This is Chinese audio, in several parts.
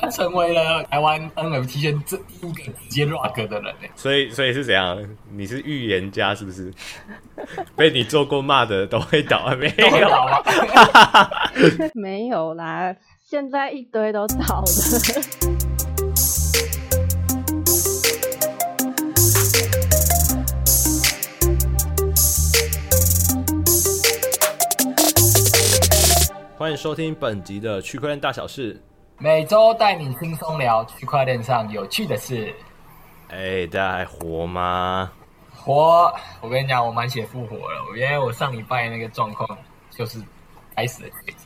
他成为了台湾 NFT 圈这第一个直接 rock 的 人、欸。所以所以是怎样？你是预言家是不 是？被你做过骂的都会倒啊？没都会有倒吗？没有啦，现在一堆都倒了。欢迎收听本集的区块链大小事。每周带你轻松聊区块链上有趣的事。哎、大家还活吗？活，我跟你讲，我满血复活了，因为我上礼拜那个状况就是开始了确诊。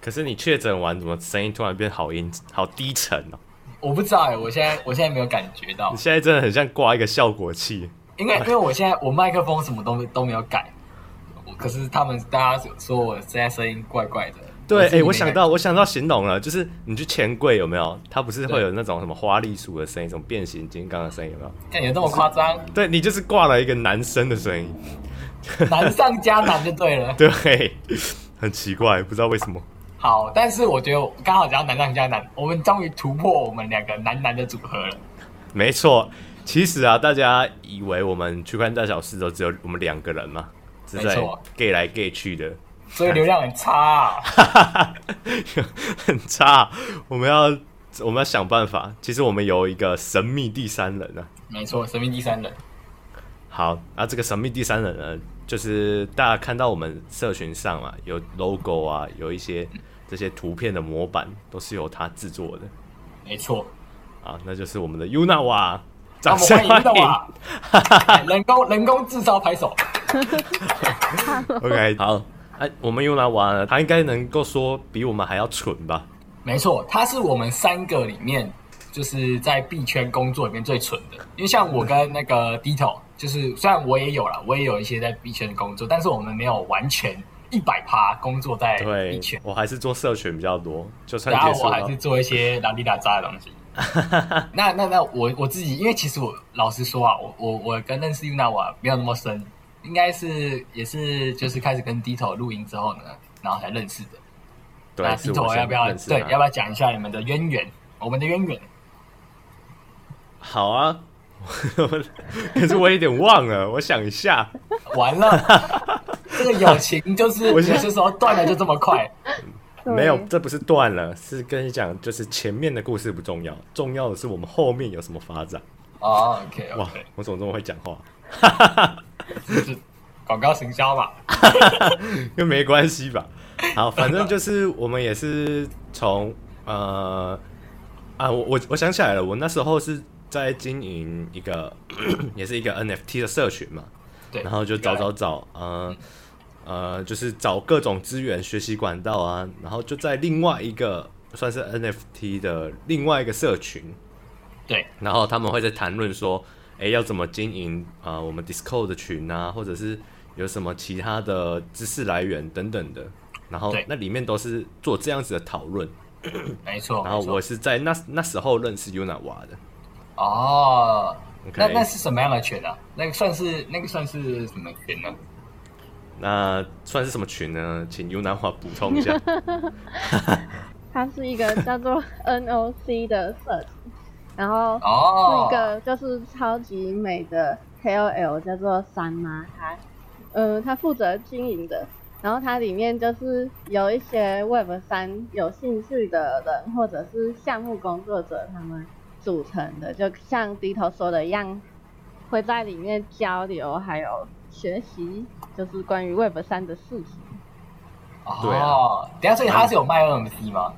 可是你确诊完，怎么声音突然变好阴好低沉哦？我不知道哎、我现在我现在没有感觉到 你，现在真的很像挂一个效果器。因为因为我现在我麦克风什么都没都没有改，我可是他们大家说我现在声音怪怪的。对，哎、自己没我想感到，我想到形容了，就是你去钱柜有没有？它不是会对有那种什么花栗鼠的声音，什么变形金刚的声音有没有？感觉这么夸张，对你就是挂了一个男生的声音，难上加难就对了。对，很奇怪，不知道为什么。好，但是我觉得我刚好讲到难上加难，我们终于突破我们两个男男的组合了。 没错，其实啊，大家以为我们区块链大小事都只有我们两个人嘛，是没在错 gay 来 gay 去的， 所以流量很差、啊，很差。我们要我们要想办法。其实我们有一个神秘第三人啊。没错，神秘第三人，好，那这个神秘第三人呢，就是大家看到我们社群上啊，有 logo 啊，有一些这些图片的模板都是由他制作的没错。啊，那就是我们的 Yuna 哇，那掌啊我们声欢迎欢的迎。瓦，人工人工智商拍手， OK，好， 哎、我们用来玩了，他应该能够说比我们还要蠢吧？没错，他是我们三个里面就是在币圈工作里面最蠢的。因为像我跟那个 Dito，就是虽然我也有啦，我也有一些在币圈的工作，但是我们没有完全一百趴工作在对币圈，，我还是做社群比较多，就算哎然后接触我还到是做一些拉里拉扎的东 西。那那那我我自己，因为其实我老实说啊，我我我跟认识 Yuna 瓦没有那么深，应该是也是就是开始跟 Dito 录音之后呢，然后才认识的。那对，是 Dito 我要不要对要不要？要讲一下你们的渊源？我们的渊源好啊， 可是我有点忘了，我想一下，完了， 这个友情就是有我现在些时候断了就这么 快。对没有，这不是断了，是跟你讲，就是前面的故事不重要，重要的是我们后面有什么发展。哦，OK 哇 OK，，我怎么这么会讲话？就是广告行销嘛。跟没关系吧。好，反正就是我们也是从呃啊，我我我想起来了，我那时候是在经营一个 也是一个 NFT 的社群嘛，对，然后就找找找，呃呃，就是找各种资源、学习管道啊，然后就在另外一个算是 NFT 的另外一个社群，对，然后他们会在谈论说，诶，要怎么经营啊、呃我们 Discord 的群啊，或者是有什么其他的知识来源等等的。然后对那里面都是做这样子的讨论。没错。然后没错我是在那那时候认识 Yuna 娃的。哦 OK 那那是什么样的群啊？那个算是那个算是什么群呢？那算是什么群呢？请 Yuna 娃补充 一下。它是一个叫做 NOC 的社群，然后哦，那个就是超级美的 KOL 叫做三妈，她嗯，她负责经营的。然后它里面就是有一些 Web 三有兴趣的人，或者是项目工作者他们组成的，就像低头说的一样，会在里面交流，还有学习，就是关于 Web 三的事情。对啊哦，等一下，所以他是有卖 NFT 吗？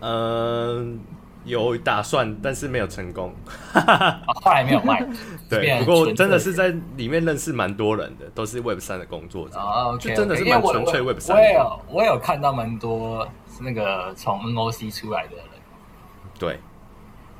嗯、有打算，但是没有成功。。啊，后来没有卖 对，变不过纯粹真的是在里面认识蛮多人的，都是 Web 三的工作者，哦，OK，就真的是 OK，因为蛮我纯粹我 Web 三。我也有我也有看到蛮多那个从 NOC 出来的人。对，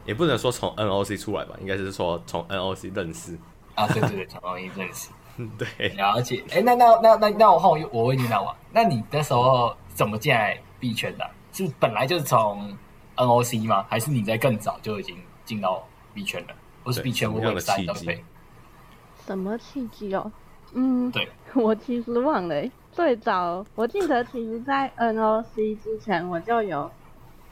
也不能说从 NOC 出来吧，应该是说从 NOC 认识。 啊，对对对，从 NOC 认识，嗯对，了解。哎，那那那那那我后我问你那我，那你那时候怎么进来币圈的啊？是本来就是从 NOC 吗？还是你在更早就已经进到币圈了？或是对币圈什或么样的 Web 三契都机可以？什么契机哦？嗯，对， 我其实忘了欸。最早我记得，其实在 NOC 之前我就有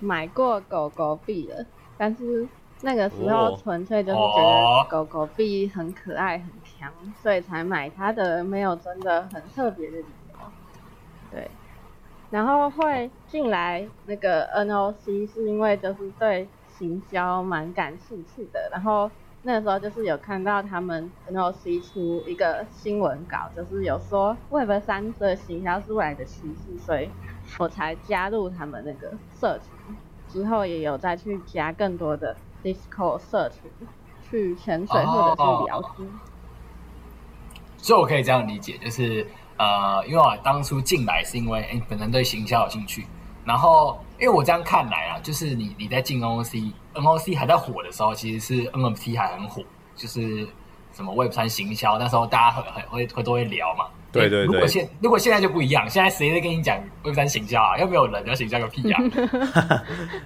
买过狗狗币了，但是那个时候哦纯粹就是觉哦得狗狗币很可爱很强，所以才买它的，没有真的很特别的理由。对，然后会进来那个 NOC 是因为就是对行销蛮感兴趣的，然后那时候就是有看到他们 NOC 出一个新闻稿，就是有说 Web 三的行销是未来的趋势，所以我才加入他们那个社群，之后也有再去加更多的 Discord 社群去潜水或者哦是聊天。所以我可以这样理解，就是呃，因为我当初进来是因为哎、诶本身对行销有兴趣，然后因为我这样看来啊，就是你你在进 NOC，NOC 还在火的时候，其实是 NFT 还很火，就是什么 Web 三行销，那时候大家很很会会都会聊嘛。对对如果对现如果现在就不一样，现在谁在跟你讲 Web 三行销啊？又没有人要行销个屁 啊！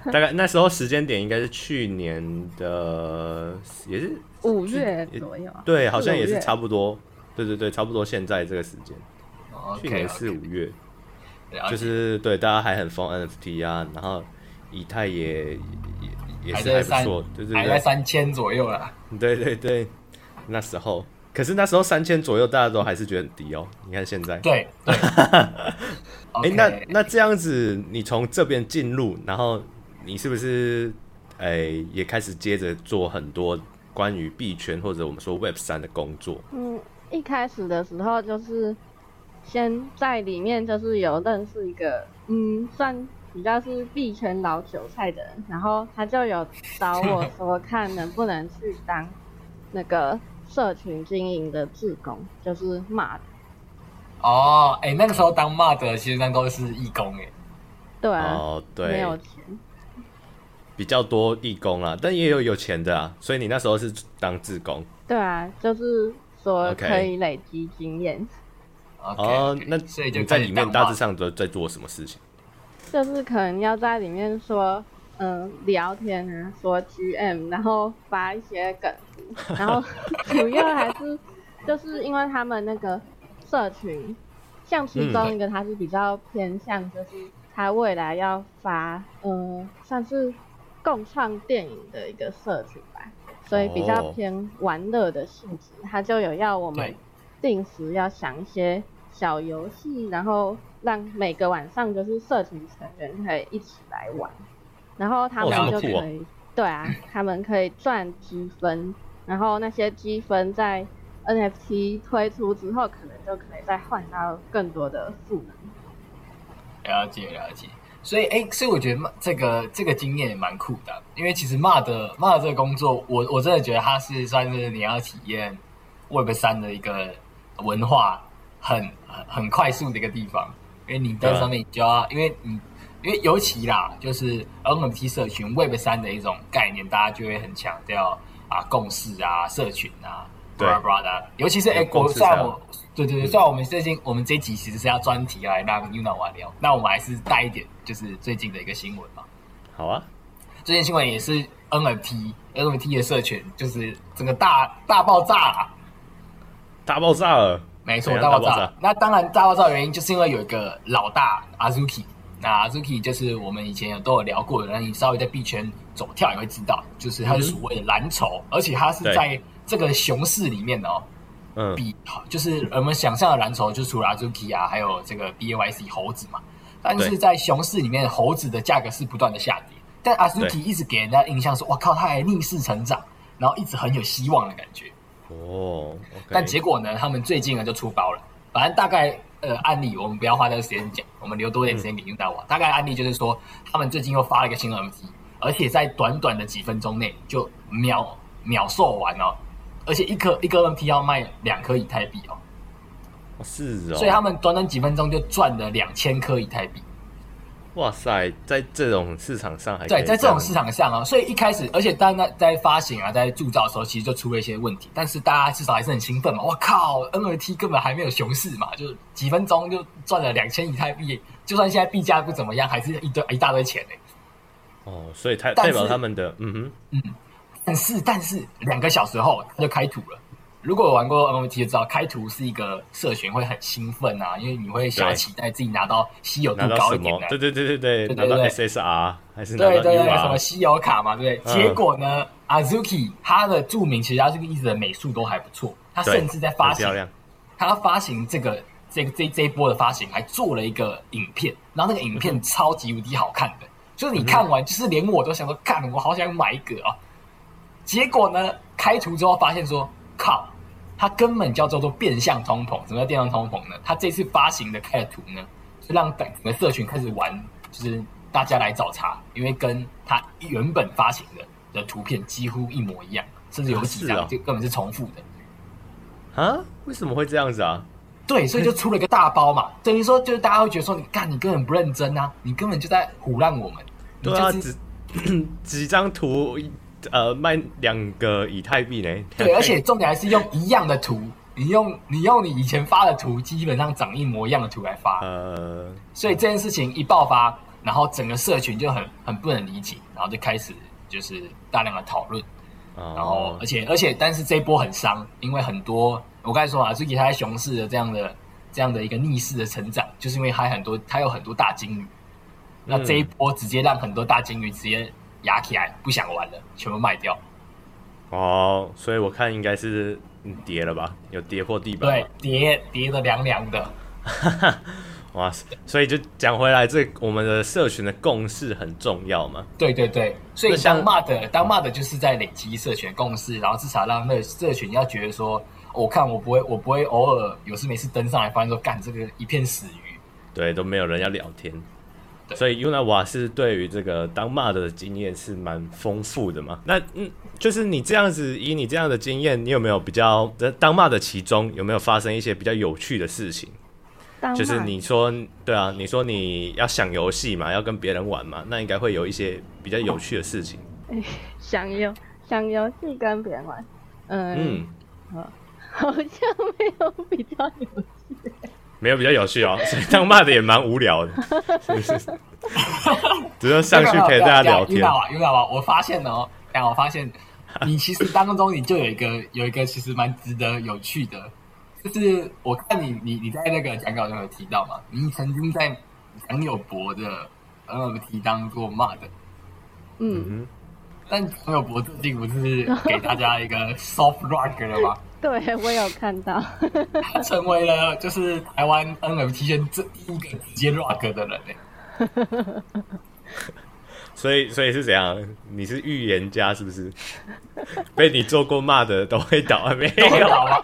大概那时候时间点应该是去年的，也是五月左右啊，对，好像也四五是月差不多，对对对，差不多现在这个时间，哦去年四五月，了解就是对大家还很疯 NFT 啊，然后以太也也也也还是在还三不错，对对还在对，三千左右啦。对对对，那时候，可是那时候三千左右，大家都还是觉得很低哦。你看现在，对 对。哎、 OK，那那这样子，你从这边进入，然后你是不是哎、也开始接着做很多关于币圈或者我们说 Web 三的工作？嗯，一开始的时候就是先在里面就是有认识一个，嗯，算比较是币圈老韭菜的人，然后他就有找我说看能不能去当那个社群经营的志工，就是骂的。哦，哎、那个时候当 mod 的其实那都是义工哎、对啊，哦，没对，有钱。比较多义工啦，但也有有钱的啊，所以你那时候是当志工对啊，就是说 OK 可以累积经验 OK，哦。那所以就你在开始里面当大 mod 致上都在做什么事情？就是可能要在里面说，嗯、聊天啊，说 GM，然后发一些梗图，然后主要还是就是因为他们那个社群，像其中一个他是比较偏向，就是他未来要发，嗯、算是共创电影的一个社群吧，所以比较哦偏玩乐的性质，他就有要我们对定时要想一些小游戏，然后让每个晚上就是社群成员可以一起来玩，然后他哦们这就么酷可哦以，对啊，他们可以赚积分，然后那些积分在 NFT 推出之后，可能就可以再换到更多的赋能。了解了解。所以，哎、所以我觉得 mod- 这个这个经验也蛮酷的啊，因为其实 mod 的 mod 这个工作，我我真的觉得它是算是你要体验 Web 三的一个文化很很很快速的一个地方，因为你在对啊上面你就要，因为你因为尤其啦，就是 NFT 社群 Web 三的一种概念，大家就会很强调啊共识啊、社群啊，对 blah blah blah 的，尤其是哎，有国共识虽然才有我对对对，虽然我们最近我们这一集其实是要专题来让 UNA 玩聊，那我们还是带一点就是最近的一个新闻嘛。好啊，最近新闻也是 NFT NFT 的社群就是整个大大爆炸啦，大爆炸了，没错怎，样大爆大爆炸炸。那当然大爆炸的原因就是因为有一个老大 Azuki，那 Azuki 就是我们以前有都有聊过的，那你稍微在币圈走跳也会知道，就是他是所谓的蓝筹，而且他是对在这个熊市里面的哦。嗯，比就是我们想象的蓝筹，就除了 Azuki 啊，还有这个 BAYC 猴子嘛。但是对在熊市里面，猴子的价格是不断的下跌，但 Azuki 对一直给人家印象说，哇靠，它还逆势成长，然后一直很有希望的感觉。哦，OK，但结果呢，他们最近呢就出包了。反正大概呃案例，我们不要花这个时间讲，我们留多一点嗯时间给用大王。大概案例就是说，他们最近又发了一个新的 MT，而且在短短的几分钟内就秒秒售完哦，而且一颗一颗 MT 要卖两颗以太币哦，哦是哦，所以他们短短几分钟就赚了两千颗以太币。哇塞，在这种市场上还可对，以在这种样市场上啊，所以一开始，而且当然在发行啊，在铸造的时候，其实就出了一些问题，但是大家至少还是很兴奋嘛。我靠，NFT 根本还没有熊市嘛，就几分钟就赚了两千以太币，就算现在币价不怎么样，还是一堆一大堆钱呢、欸哦，所以它但代是表他们的嗯哼，但是，但是两个小时后它就开土了，如果有玩过 MMT 就知道，开图是一个社群会很兴奋啊，因为你会想要对期待自己拿到稀有度拿到高什一点啊么的？，对对对对对，对拿对到对 SSR 还是拿对到对对，什么 UR？稀有卡嘛，对不对？嗯结果呢，Azuki 他的著名其实他这个一直的美术都还不错，他对甚至在发很行漂亮，他发行这个这这这一波的发行，还做了一个影片，然后那个影嗯片超级无敌好看的，就是你看完，就是连我都想说，干，我好想买一个啊！结果呢，开图之后发现说，靠，它根本叫做做变相通膨。什么叫变相通膨呢？它这次发行的开的图呢，就让整个社群开始玩，就是大家来找茬，因为跟它原本发行的的图片几乎一模一样，甚至有几是张哦就根本是重复的。啊？为什么会这样子啊？对，所以就出了一个大包嘛，等于说就是大家会觉得说你干，你根本不认真啊，你根本就在唬烂我们。你对啊，就是几几 张图，呃，卖两个以太币呢？对，而且重点还是用一样的图，你用你用你以前发的图，基本上长一模一样的图来发， 呃，所以这件事情一爆发，然后整个社群就很很不能理解，然后就开始就是大量的讨论，然后哦而，且而且，但是这一波很伤，因为很多我刚才说嘛，最近他在熊市的这样的这样的一个逆势的成长，就是因为他很多他有很多大金鱼，那这嗯一波直接让很多大金鱼直接压起来，不想玩了，全部卖掉。哦，所以我看应该是嗯跌了吧，有跌破地板对吧。，跌跌的凉凉的， 哇塞，所以就讲回来，这我们的社群的共识很重要嘛。对对对，所那以像当骂的当骂的就是在累积社群共识，然后至少让那个社群要觉得说，哦我看我不会我不会偶尔有事没事登上来，发现说干这个一片死鱼。对，都没有人要聊天。对所以 Yuna 瓦是对于这个当骂的经验是蛮丰富的嘛？那嗯，就是你这样子，以你这样的经验，你有没有比较呃当骂的其中有没有发生一些比较有趣的事情？当就是然你说对啊，你说你要想游戏嘛，要跟别人玩嘛，那应该会有一些比较有趣的事情。想游想游戏跟别人玩，嗯，嗯， 好像没有比较有趣。没有比较有趣哦， 所以当骂的也蛮无聊的， 是不是？只是上去陪大家聊天有。啊有啊，我发现哦，哎，我发现你其实当中你就有一个有一个其实蛮值得有趣的，就是我看你你你在那个讲稿中有提到嘛，你曾经在蒋友柏的 NFT 当做骂的，嗯嗯，哼但蒋友柏最近不是给大家一个 soft rock 了吗？对我有看到，他成为了就是台湾 NFT 圈这第一个直接 rock 的人、欸所以，所以是怎样？你是预言家是不 是？被你做过骂的都会倒啊？没懂有，吗？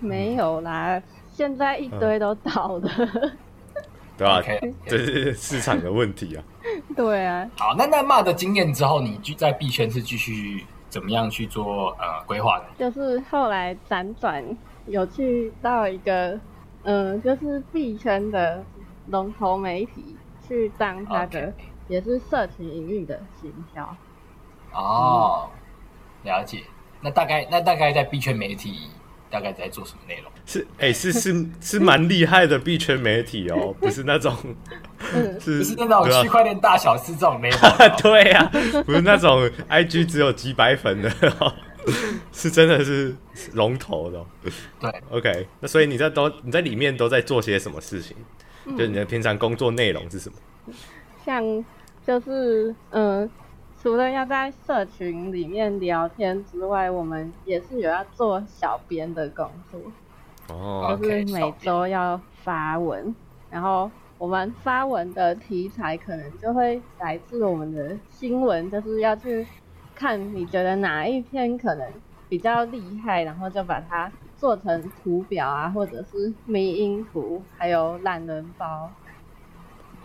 没有啦，现在一堆都倒了。对吧、 OK，OK 这是市场的问题啊。 对啊，好，那那骂的经验之后，你继在币圈是继续怎么样去做呃规划呢？就是后来辗转有去到一个，嗯，就是币圈的龙头媒体去当他的 OK 也是社群营运的行销。哦，了解。那大概那大概在币圈媒体大概在做什么内容？是，哎、是是是蛮厉害的币圈媒体 哦，不是那种，嗯是就是啊那种区块链大小事这种 哦对 level， 对啊，不是那种 IG 只有几百粉的、哦， 是真的是龙头的哦、对， OK，那所以你在都你在里面都在做些什么事情？嗯就你的平常工作内容是什么？像就是嗯、呃除了要在社群里面聊天之外，我们也是有要做小编的工作，哦，就 OK，是小每编周要发文，然后我们发文的题材可能就会来自我们的新闻，就是要去看你觉得哪一篇可能比较厉害，然后就把它做成图表啊，或者是迷因图，还有懒人包。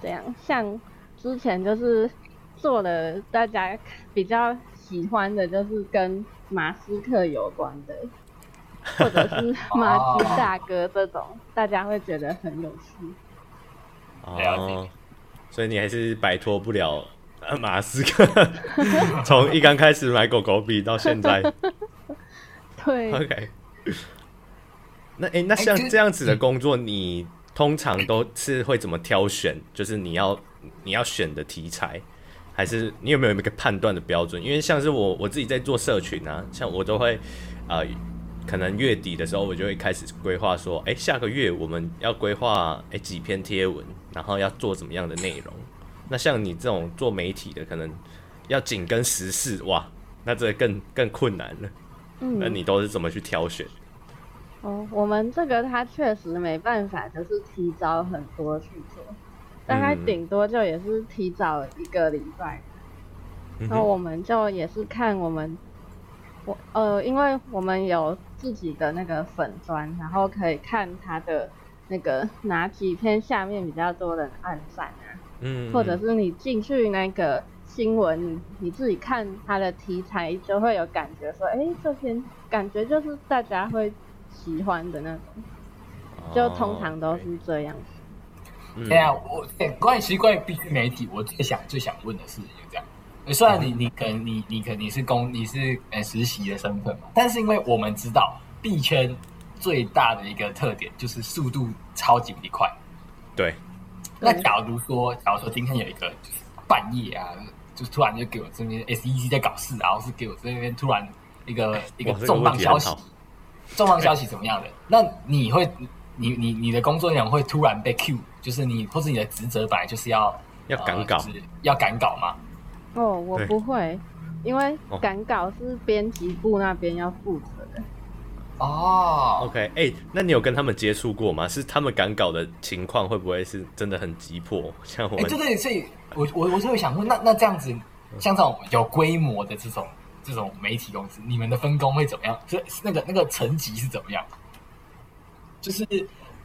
这样，像之前就是做了大家比较喜欢的，就是跟马斯克有关的，或者是 马斯大哥这种，大家会觉得很有趣。了解哦，所以你还是摆脱不了呃马斯克， 从一刚开始买狗狗币到现在对， ，OK。那诶、那哎像可是这样子的工作，你通常都是会怎么挑选？就是你要你要选的题材，还是你有没有一个判断的标准？因为像是我我自己在做社群啊，像我都会呃，可能月底的时候我就会开始规划说，哎、下个月我们要规划哎、诶几篇贴文，然后要做怎么样的内容。那像你这种做媒体的，可能要紧跟时事哇，那这更更困难了。那嗯，你都是怎么去挑选？哦，我们这个它确实没办法，就是提早很多去做，大概嗯顶多就也是提早一个礼拜。嗯然后哼我们就也是看我们，我呃，因为我们有自己的那个粉砖，然后可以看它的那个哪几篇下面比较多人按赞啊，嗯或者是你进去那个新闻，你你自己看它的题材，就会有感觉说，哎，这篇感觉就是大家会喜欢的那种，就哦通常都是这样。对啊，嗯我对关于其实关于 B 区媒体，我最想最想问的事情就这样。虽然你你可能你你可能你是工你是呃实习的身份嘛，但是因为我们知道币圈最大的一个特点就是速度超级无敌快。对，那对假如说，假如说今天有一个就是半夜啊，就突然就给我这边 SEC 在搞事啊，然后是给我这边突然一个一个哇这个重磅问题消很息好，重磅消息怎么样的？那你会，你你你的工作内容会突然被 Q，就是你或是你的职责本来就是要要呃赶稿就是要赶稿嘛？哦，我对不会，因为哦赶稿是编辑部那边要负责的。哦， OK，哎、那你有跟他们接触过吗？是他们赶稿的情况会不会是真的很急迫？像我哎，们对对，所以我我我就会想问，那那这样子，像这种有规模的这种这种媒体公司，你们的分工会怎么样？是是那个那个层级是怎么样？就是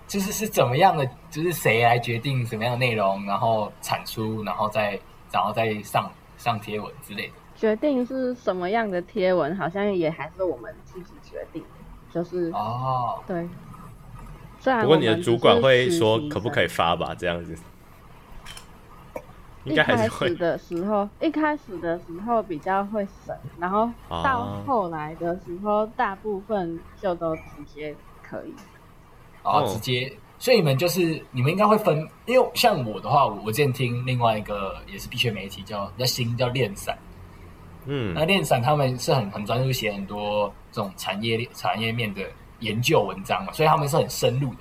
就是是怎么样的？就是谁来决定什么样的内容，然后产出，然后再然后再上上贴文之类的？决定是什么样的贴文，好像也还是我们自己决定的，就是、哦，对。虽然不过你的主管会说可不可以？以发吧，这样子，应一该还开是始会的时候，一开始的时候比较会省，然后到啊后来的时候，大部分就都直接可以。然后哦直接，所以你们就是你们应该会分，因为像我的话，我我之前听另外一个也是必选媒体叫比较新叫练散，那嗯练散他们是很很专注写很多这种产业链产业面的研究文章嘛，所以他们是很深入的。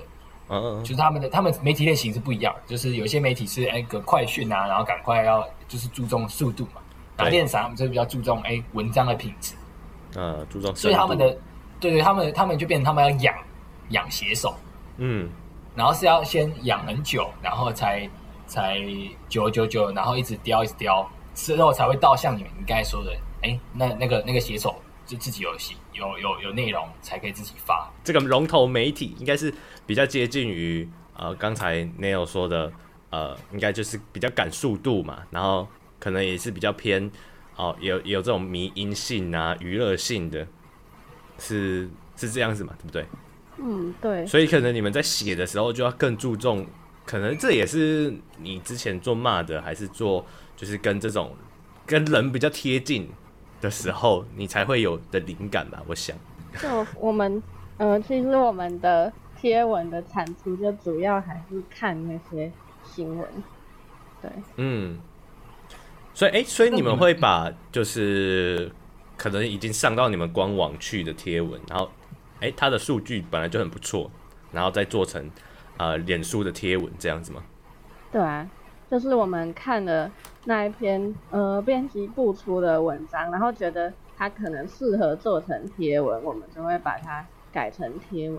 嗯就是他们的他们媒体类型是不一样的，就是有些媒体是哎个快讯啊，然后赶快要就是注重速度嘛，然后对练散他们就比较注重哎文章的品质，呃，注重所深以度他们的对对，他们他们就变成他们要养养写手，嗯然后是要先养很久，然后才才久久久，然后一直雕一直雕，之后才会到像你们刚才说的，哎，那那个那个写手就自己有写有有有内容才可以自己发。这个龙头媒体应该是比较接近于呃刚才 Neil 说的，呃，应该就是比较赶速度嘛，然后可能也是比较偏哦、有有这种迷因性啊、娱乐性的，是是这样子嘛，对不对？嗯，对，所以可能你们在写的时候就要更注重，可能这也是你之前做骂的，还是做就是跟这种跟人比较贴近的时候，你才会有的灵感吧？我想，就我们，呃，其实我们的贴文的产出就主要还是看那些新闻，对，嗯，所以哎、诶所以那你你们们会把就是可能已经上到你们官网去的贴文，然后哎、诶它的数据本来就很不错，然后再做成呃脸书的贴文这样子吗？对啊，就是我们看了那一篇呃编辑部出的文章，然后觉得它可能适合做成贴文，我们就会把它改成贴文，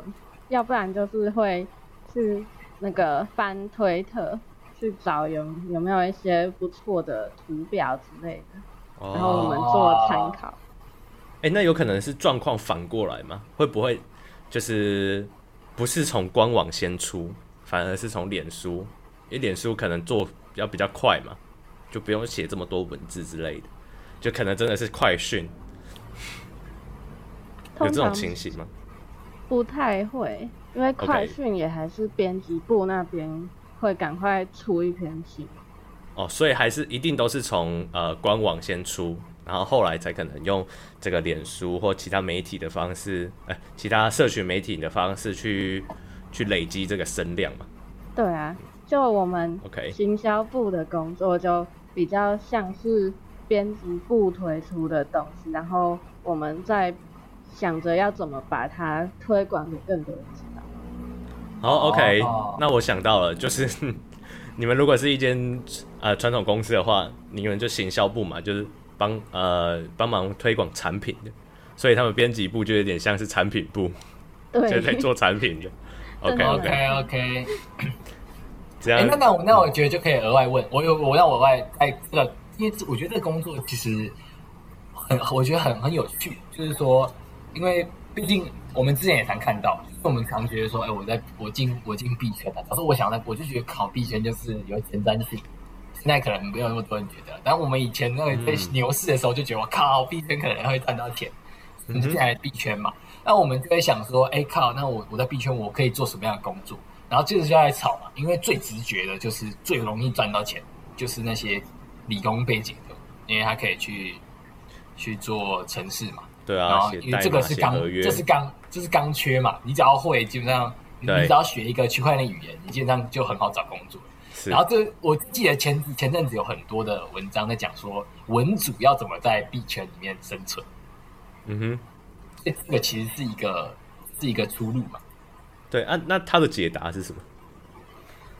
要不然就是会去那个翻推特去找有有没有一些不错的图表之类的，然后我们哦做参考。哎、那有可能是状况反过来吗？会不会就是不是从官网先出，反而是从脸书？因为脸书可能做要比较快嘛，就不用写这么多文字之类的，就可能真的是快讯，有通这常种情形吗？不太会，因为快讯也还是编辑部那边会赶快出一篇信。哦，所以还是一定都是从呃官网先出，然后后来才可能用这个脸书或其他媒体的方式，呃，其他社群媒体的方式去去累积这个声量嘛。对啊，就我们 OK 行销部的工作就比较像是编辑部推出的东西，然后我们在想着要怎么把它推广给更多人知道。好，OK，、哦那我想到了，就是 你们如果是一间呃传统公司的话，你们就行销部嘛，就是帮呃帮忙推广产品的，所以他们编辑部就有点像是产品部，就在对， 做产品的。真 OK 的 OK， OK OK，这哦哎、样那那我那我觉得就可以额外问，我有我让我额外在这个，因为我觉得这个工作其实很，我觉得很很有趣，就是说，因为毕竟我们之前也常看到，就是我们常觉得说，哎、我在我进我进币圈了，可是我想在我就觉得考币圈就是有前瞻性。现在可能没有那么多人觉得，但我们以前那个在嗯牛市的时候就觉得，我靠，币圈可能会赚到钱，你嗯进来币圈嘛，那我们就会想说，哎、靠，那我我在币圈我可以做什么样的工作？然后接着就在吵嘛，因为最直觉的就是最容易赚到钱，就是那些理工背景的，因为他可以去去做城市嘛，对然啊，后写哦因为代这码个是写刚合约这，是刚这是刚缺嘛，你只要会，基本上你对只要学一个区块链语言，你基本上就很好找工作了。是然后这我记得前前阵子有很多的文章在讲说，文组要怎么在币圈里面生存，嗯哼，所以这个其实是一个是一个出路嘛。对啊，那他的解答是什么？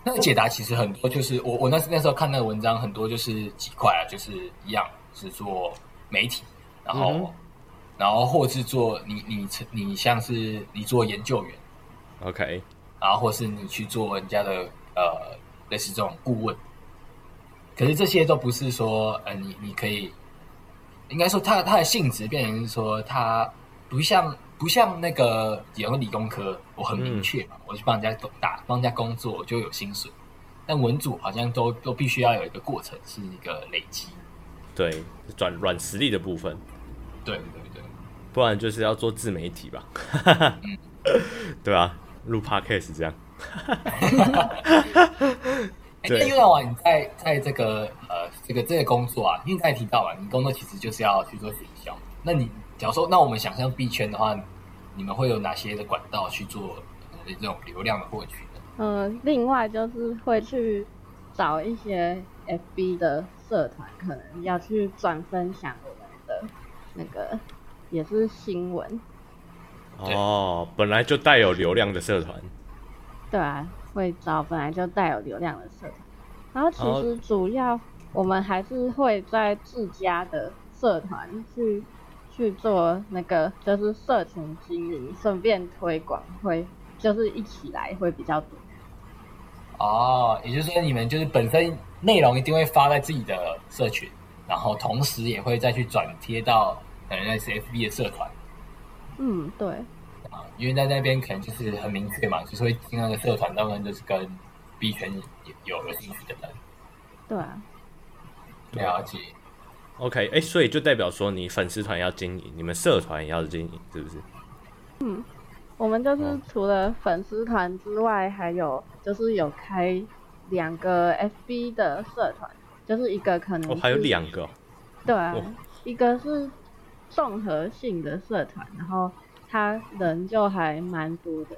那个解答其实很多，就是我我那时那时候看那个文章很多就是几块啊，就是一样是做媒体，然后、嗯哼然后或是做你你你像是你做研究员， OK，然啊后或是你去做人家的呃类似这种顾问，可是这些都不是说呃你你可以，应该说它它的性质变成是说它不像不像那个比如说理工科，我很明确嘛，我去帮人家打帮人家工作我就有薪水，但文组好像都都必须要有一个过程，是一个累积，对，转软实力的部分，对对对。不然就是要做自媒体吧， 对啊，录 podcast 这样。哎，对那又让我你在在这个呃这个这个工作啊，因为刚才提到嘛，你工作其实就是要去做行销。那你假如说，那我们想象币圈的话，你们会有哪些的管道去做呃这种流量的获取呢？呃，另外就是会去找一些 FB 的社团，可能要去转分享我们的那个也是新闻，对哦，本来就带有流量的社团，对啊，会找本来就带有流量的社团。然后哦其实主要我们还是会在自家的社团去去做那个就是社群经营，顺便推广会就是一起来会比较多。哦，也就是说，你们就是本身内容一定会发在自己的社群，然后同时也会再去转贴到可能类似 FB 的社团嗯，对，啊，因为在那边可能就是很明确嘛，就是会进那个社团，当然就是跟币圈有有有兴趣的人对啊，了解。 OK，哎、所以就代表说你粉丝团要经营，你们社团也要经营，是不是？我们就是哦除了粉丝团之外，还有就是有开两个 FB 的社团，就是一个可能、哦，还有两个哦、对啊、哦一个是综合性的社团，然后他人就还蛮多的。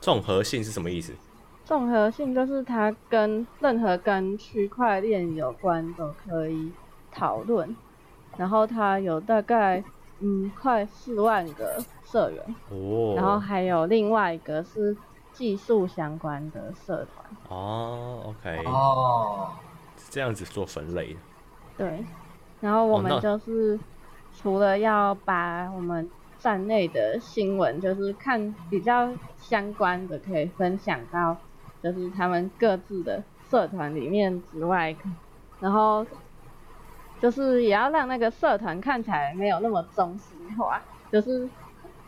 综合性是什么意思？综合性就是它跟任何跟区块链有关都可以讨论，然后它有大概嗯快四万个社员，哦，然后还有另外一个是技术相关的社团，哦，OK，哦，是这样子做分类的。对。然后我哦那们就是除了要把我们站内的新闻，就是看比较相关的可以分享到，就是他们各自的社团里面之外，然后就是也要让那个社团看起来没有那么中心化，就是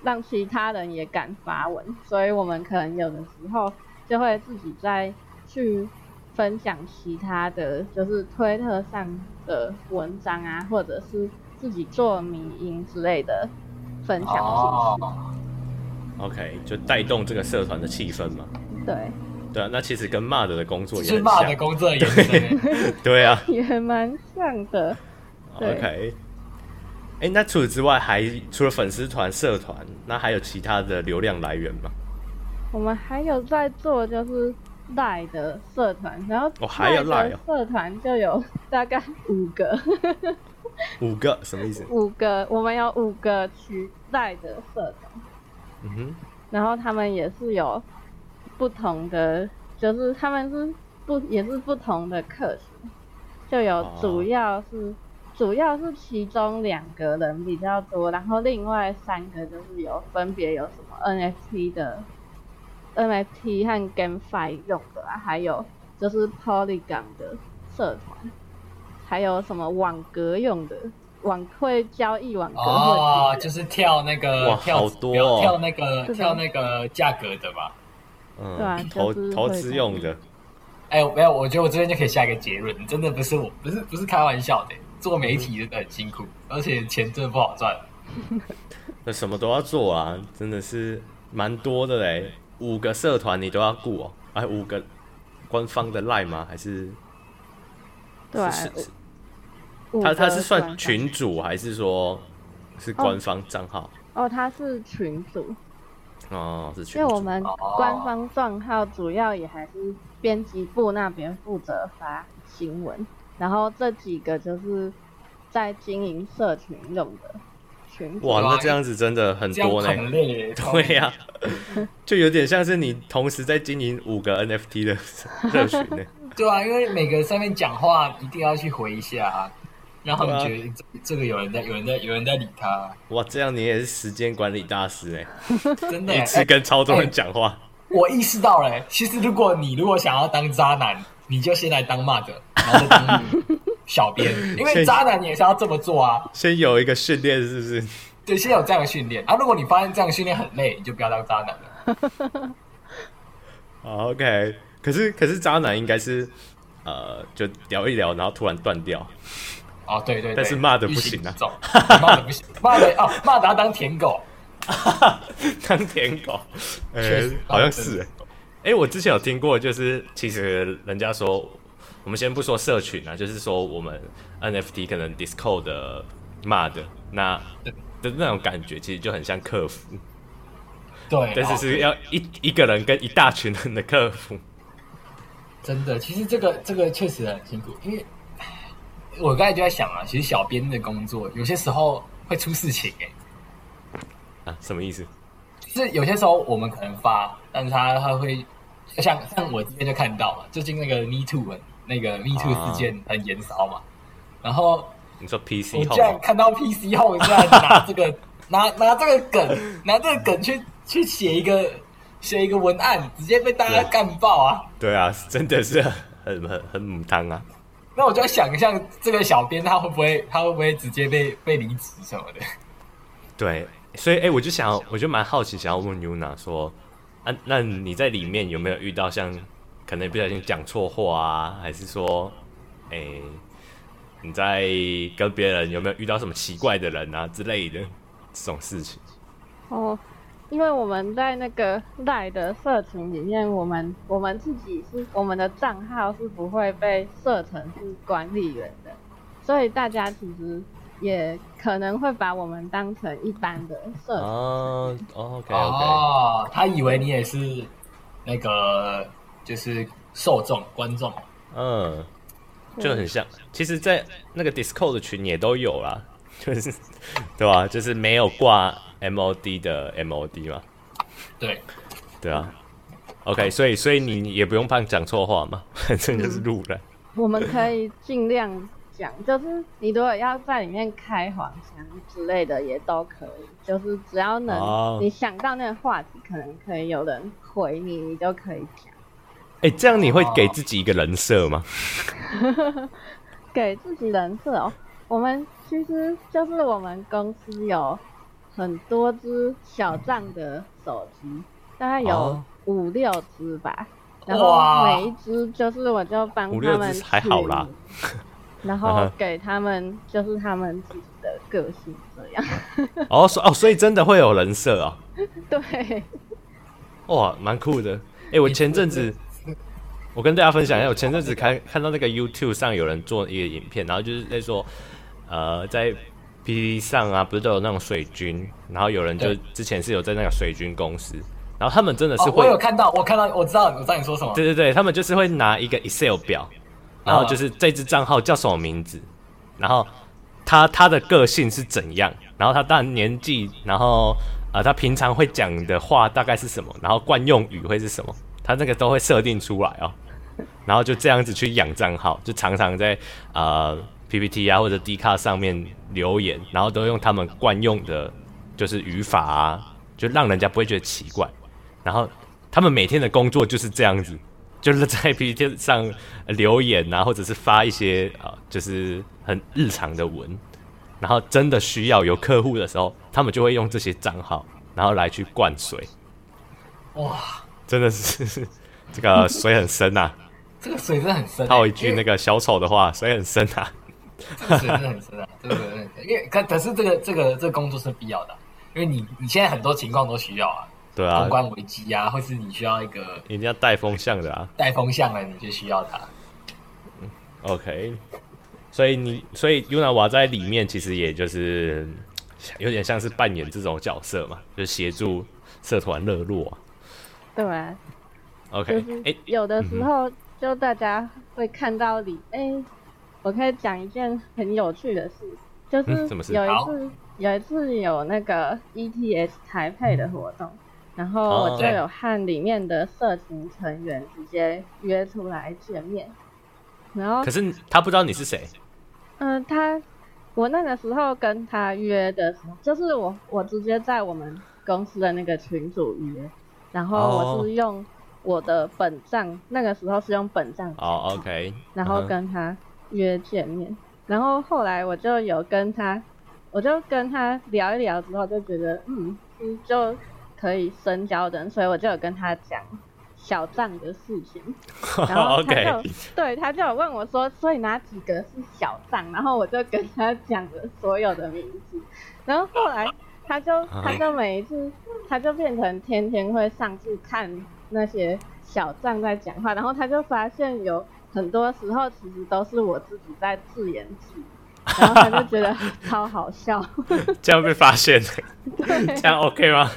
让其他人也敢发文，所以我们可能有的时候就会自己再去分享其他的，就是推特上的文章啊，或者是自己做迷音之类的分享哦进哦 OK，就带动这个社团的气氛嘛。去，对，对啊，那其实跟骂的的工作就也是很骂的像。工作的延伸。对啊也蛮像的。对，OK。哎、那除此之外还除了粉丝团、社团，那还有其他的流量来源吗？我们还有在做就是赖的社团， 然后哦还有 Line 哦的社团就有大概五个，五个什么意思？五个，我们有五个区赖的社团，嗯哼，然后他们也是有不同的，就是他们是不也是不同的课程，就有哦主要是、主要是其中两个人比较多，然后另外三个就是有分别有什么 NFT 的 NFT 和 GameFi 用的、啊，还有就是 Polygon 的社团，还有什么网格用的。网会交易网格哦会，就是跳那个哇跳好指多标哦跳那个是的跳那个价格的吧？嗯，对啊就是投会投资用的，哎、没有，我觉得我这边就可以下一个结论，真的不是我，不是不是开玩笑的，做媒体真的很辛苦，而且钱真的不好赚。那什么都要做啊，真的是蛮多的嘞。五个社团你都要顾哦，哎，五个官方的 line 吗？还是对啊，是是五他个他是社算团群主还是说是官方账号？哦，他是群主，哦，是群因为我主。们官方账号主要也还是编辑部那边负责发新闻，然后这几个就是在经营社群用的群组。哇，那这样子真的很这样多呢。很累耶，对呀、 就有点像是你同时在经营五个 NFT 的社群呢。对啊，因为每个人上面讲话一定要去回一下、啊，让他们对啊觉得这这个有人在，有人在，有人在理他、哇，这样你也是时间管理大师哎，真的耶、一次哎跟超多人讲话。我意识到了耶、其实如果你如果想要当渣男，你就先来当骂者，然后再当小 编，因为先渣男也是要这么做啊。先有一个训练，是不是？对，先有这样的训练啊。如果你发现这样的训练很累，你就不要当渣男了。好，OK。可哦是可是渣男应该是呃，就聊一聊，然后突然断掉。哦，对对对，但是骂得不行欲啊擒故纵骂的不 行，骂的哦，骂的要当舔狗， 当舔狗，呃、确实好像是、欸。哎、我之前有听过，就是其实人家说，我们先不说社群啊，就是说我们 NFT 可能 Discord 的骂的那对的那种感觉，其实就很像客服，对，但是哦是要一一个人跟一大群人的客服。真的，其实这个这个确实很辛苦，因为唉我刚才就在想啊，其实小编的工作有些时候会出事情、欸，啊，什么意思？就是有些时候我们可能发，但是他他会像像我今天就看到了，最近那个 Me Too 很那个 Me Too 啊事件很延烧嘛，然后你说 PC 我竟后然看到 PC 后，竟然拿这个 拿拿这个梗拿这个梗去去写一个写一个文案，直接被大家对干爆啊！对啊，真的是很很很母汤啊。那我就在想象这个小编他会不会他会不会直接被被离职什么的？对，所以哎、欸我就想，我就蛮好奇，想要问 Yuna 说，啊，那你在里面有没有遇到像可能不小心讲错话啊，还是说，哎、你在跟别人有没有遇到什么奇怪的人啊之类的这种事情？哦，因为我们在那个赖的社群里面，我们我们自己是我们的账号是不会被设成是管理员的，所以大家其实也可能会把我们当成一般的社 群。哦，OK OK，哦，他以为你也是那个就是受众观众，嗯，对就很像，其实，在那个 Discord 的群也都有啦，就是对吧、就是没有挂 MOD 的 MOD 嘛。对，对啊。OK，所以所以你也不用怕讲错话嘛， 反正就是路人。 我们可以尽量讲，就是你如果要在里面开黄腔之类的也都可以，就是只要能、哦你想到那个话题，可能可以有人回你，你就可以讲。哎、这样你会给自己一个人设吗？给自己人设哦。我们其实就是我们公司有很多只小账的手机，大概有哦五六只吧。然哇后每一只就是我就帮五他六们只还好啦取名，然嗯后哼给他们就是他们自己的个性这样。 哦，所哦，所以真的会有人设哦，对，哇，蛮酷的。哎、我前阵子，我跟大家分享一下，我前阵子看看到那个 YouTube 上有人做一个影片，然后就是在说，呃，在 P D 上啊，不是都有那种水军，然后有人就对之前是有在那个水军公司，然后他们真的是哦，会，我有看到，我看到，我知道，我知道你说什么。对对对，他们就是会拿一个 Excel 表，然后就是这只账号叫什么名字，然后他他的个性是怎样，然后他当然年纪，然后呃他平常会讲的话大概是什么，然后惯用语会是什么，他那个都会设定出来哦。然后就这样子去养账号，就常常在呃 PPT 啊或者 D 卡上面留言，然后都用他们惯用的，就是语法啊，就让人家不会觉得奇怪。然后他们每天的工作就是这样子，就是在 PPT 上留言啊，或者是发一些啊、呃就是很日常的文。然后真的需要有客户的时候，他们就会用这些账号，然后来去灌水，哇，真的是 这个水很深呐、这个水真的很深、欸。套一句那个，个小丑的话，水很深啊。这个水真的很深啊， 这个水真的很深。因为可可是这个这个这个工作是必要的啊，因为你你现在很多情况都需要啊，对啊公，关危机啊，或是你需要一个一定要带风向的啊。带风向的，你就需要 它。 OK，所以你所以 Yuna 瓦在里面其实也就是有点像是扮演这种角色嘛，就是协助社团热络、啊。对啊，就 OK，是哎、有的时候就大家会看到里，哎、我可以讲一件很有趣的事，就嗯什么事是有一好次、有一次有那个 ETS 台配的活动，然后我就哦有和里面的社群成员直接约出来见面，然后可是他不知道你是谁，嗯，他我那个时候跟他约的时候，就是我我直接在我们公司的那个群组约，然后哦我是用我的本账，那个时候是用本账，哦，OK，然后嗯哼跟他约见面，然后后来我就有跟他，我就跟他聊一聊之后，就觉得嗯嗯就可以深交的人，所以我就有跟他讲小账的事情。 然后他哦 OK，就对他就有问我说，所以哪几个是小账？然后我就跟他讲了所有的名字，然后后来他就他就每一次他就变成天天会上去看那些小账在讲话，然后他就发现有很多时候其实都是我自己在自言自语，然后他就觉得超好笑， 这样被发现，对。这样 OK 吗？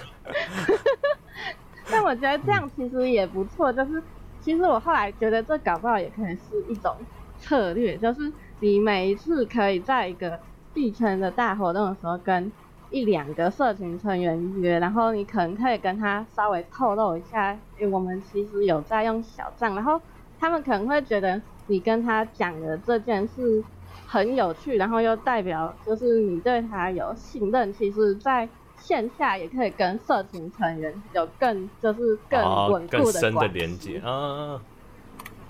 但我觉得这样其实也不错，就是其实我后来觉得这搞不好也可能是一种策略，就是你每一次可以在一个地圈的大活动的时候跟一两个社群成员约，然后你可能可以跟他稍微透露一下，诶我们其实有在用小账，然后他们可能会觉得你跟他讲的这件事很有趣，然后又代表就是你对他有信任。其实，在线下也可以跟社群成员有更就是更哦稳，更固的深的关系。连接啊。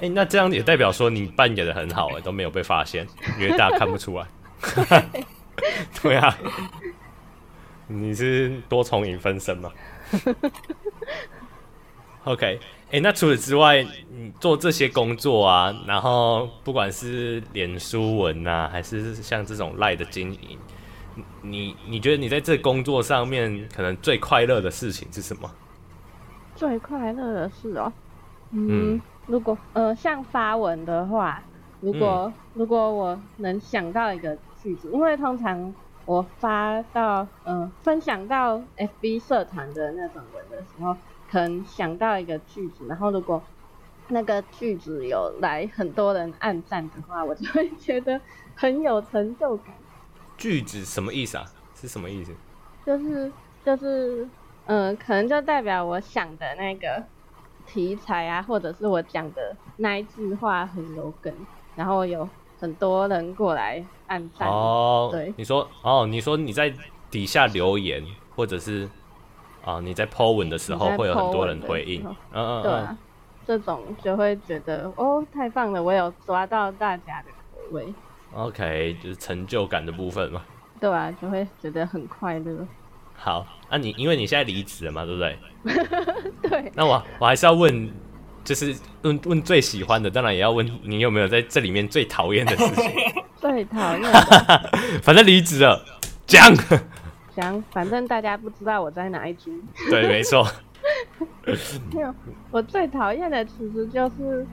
哎、那这样也代表说你扮演的很好哎、都没有被发现，因为大家看不 出来。对啊，你是多重影分身 吗？OK，哎、那除此之外，你做这些工作啊，然后不管是脸书文啊，还是像这种赖的经营，你你觉得你在这工作上面可能最快乐的事情是什么？最快乐的事哦，嗯，嗯如果呃像发文的话，如果、如果我能想到一个句子，因为通常我发到呃分享到 FB 社团的那种文的时候，可能想到一个句子，然后如果那个句子有来很多人按赞的话，我就会觉得很有成就感。句子什么意思啊？是什么意思？就是就是，嗯、可能就代表我想的那个题材啊，或者是我讲的那一句话很有梗，然后有很多人过来按赞。哦，对你说哦，你说你在底下留言，或者是啊、你在 po 文的时候你在会有 po 很多文人的回时应候，嗯嗯对嗯啊，这种就会觉得哦，太棒了，我有抓到大家的口味， ，OK，就是成就感的部分嘛。对啊，就会觉得很快乐。好，那、你因为你现在离职了嘛，对不对？ 对，那我我还是要问，就是问问最喜欢的，当然也要问你有没有在这里面最讨厌的事情。 最讨厌的反正离职了，讲。讲，反正大家不知道我在哪一组。 对，没错。没有， 我最讨厌的其实就是，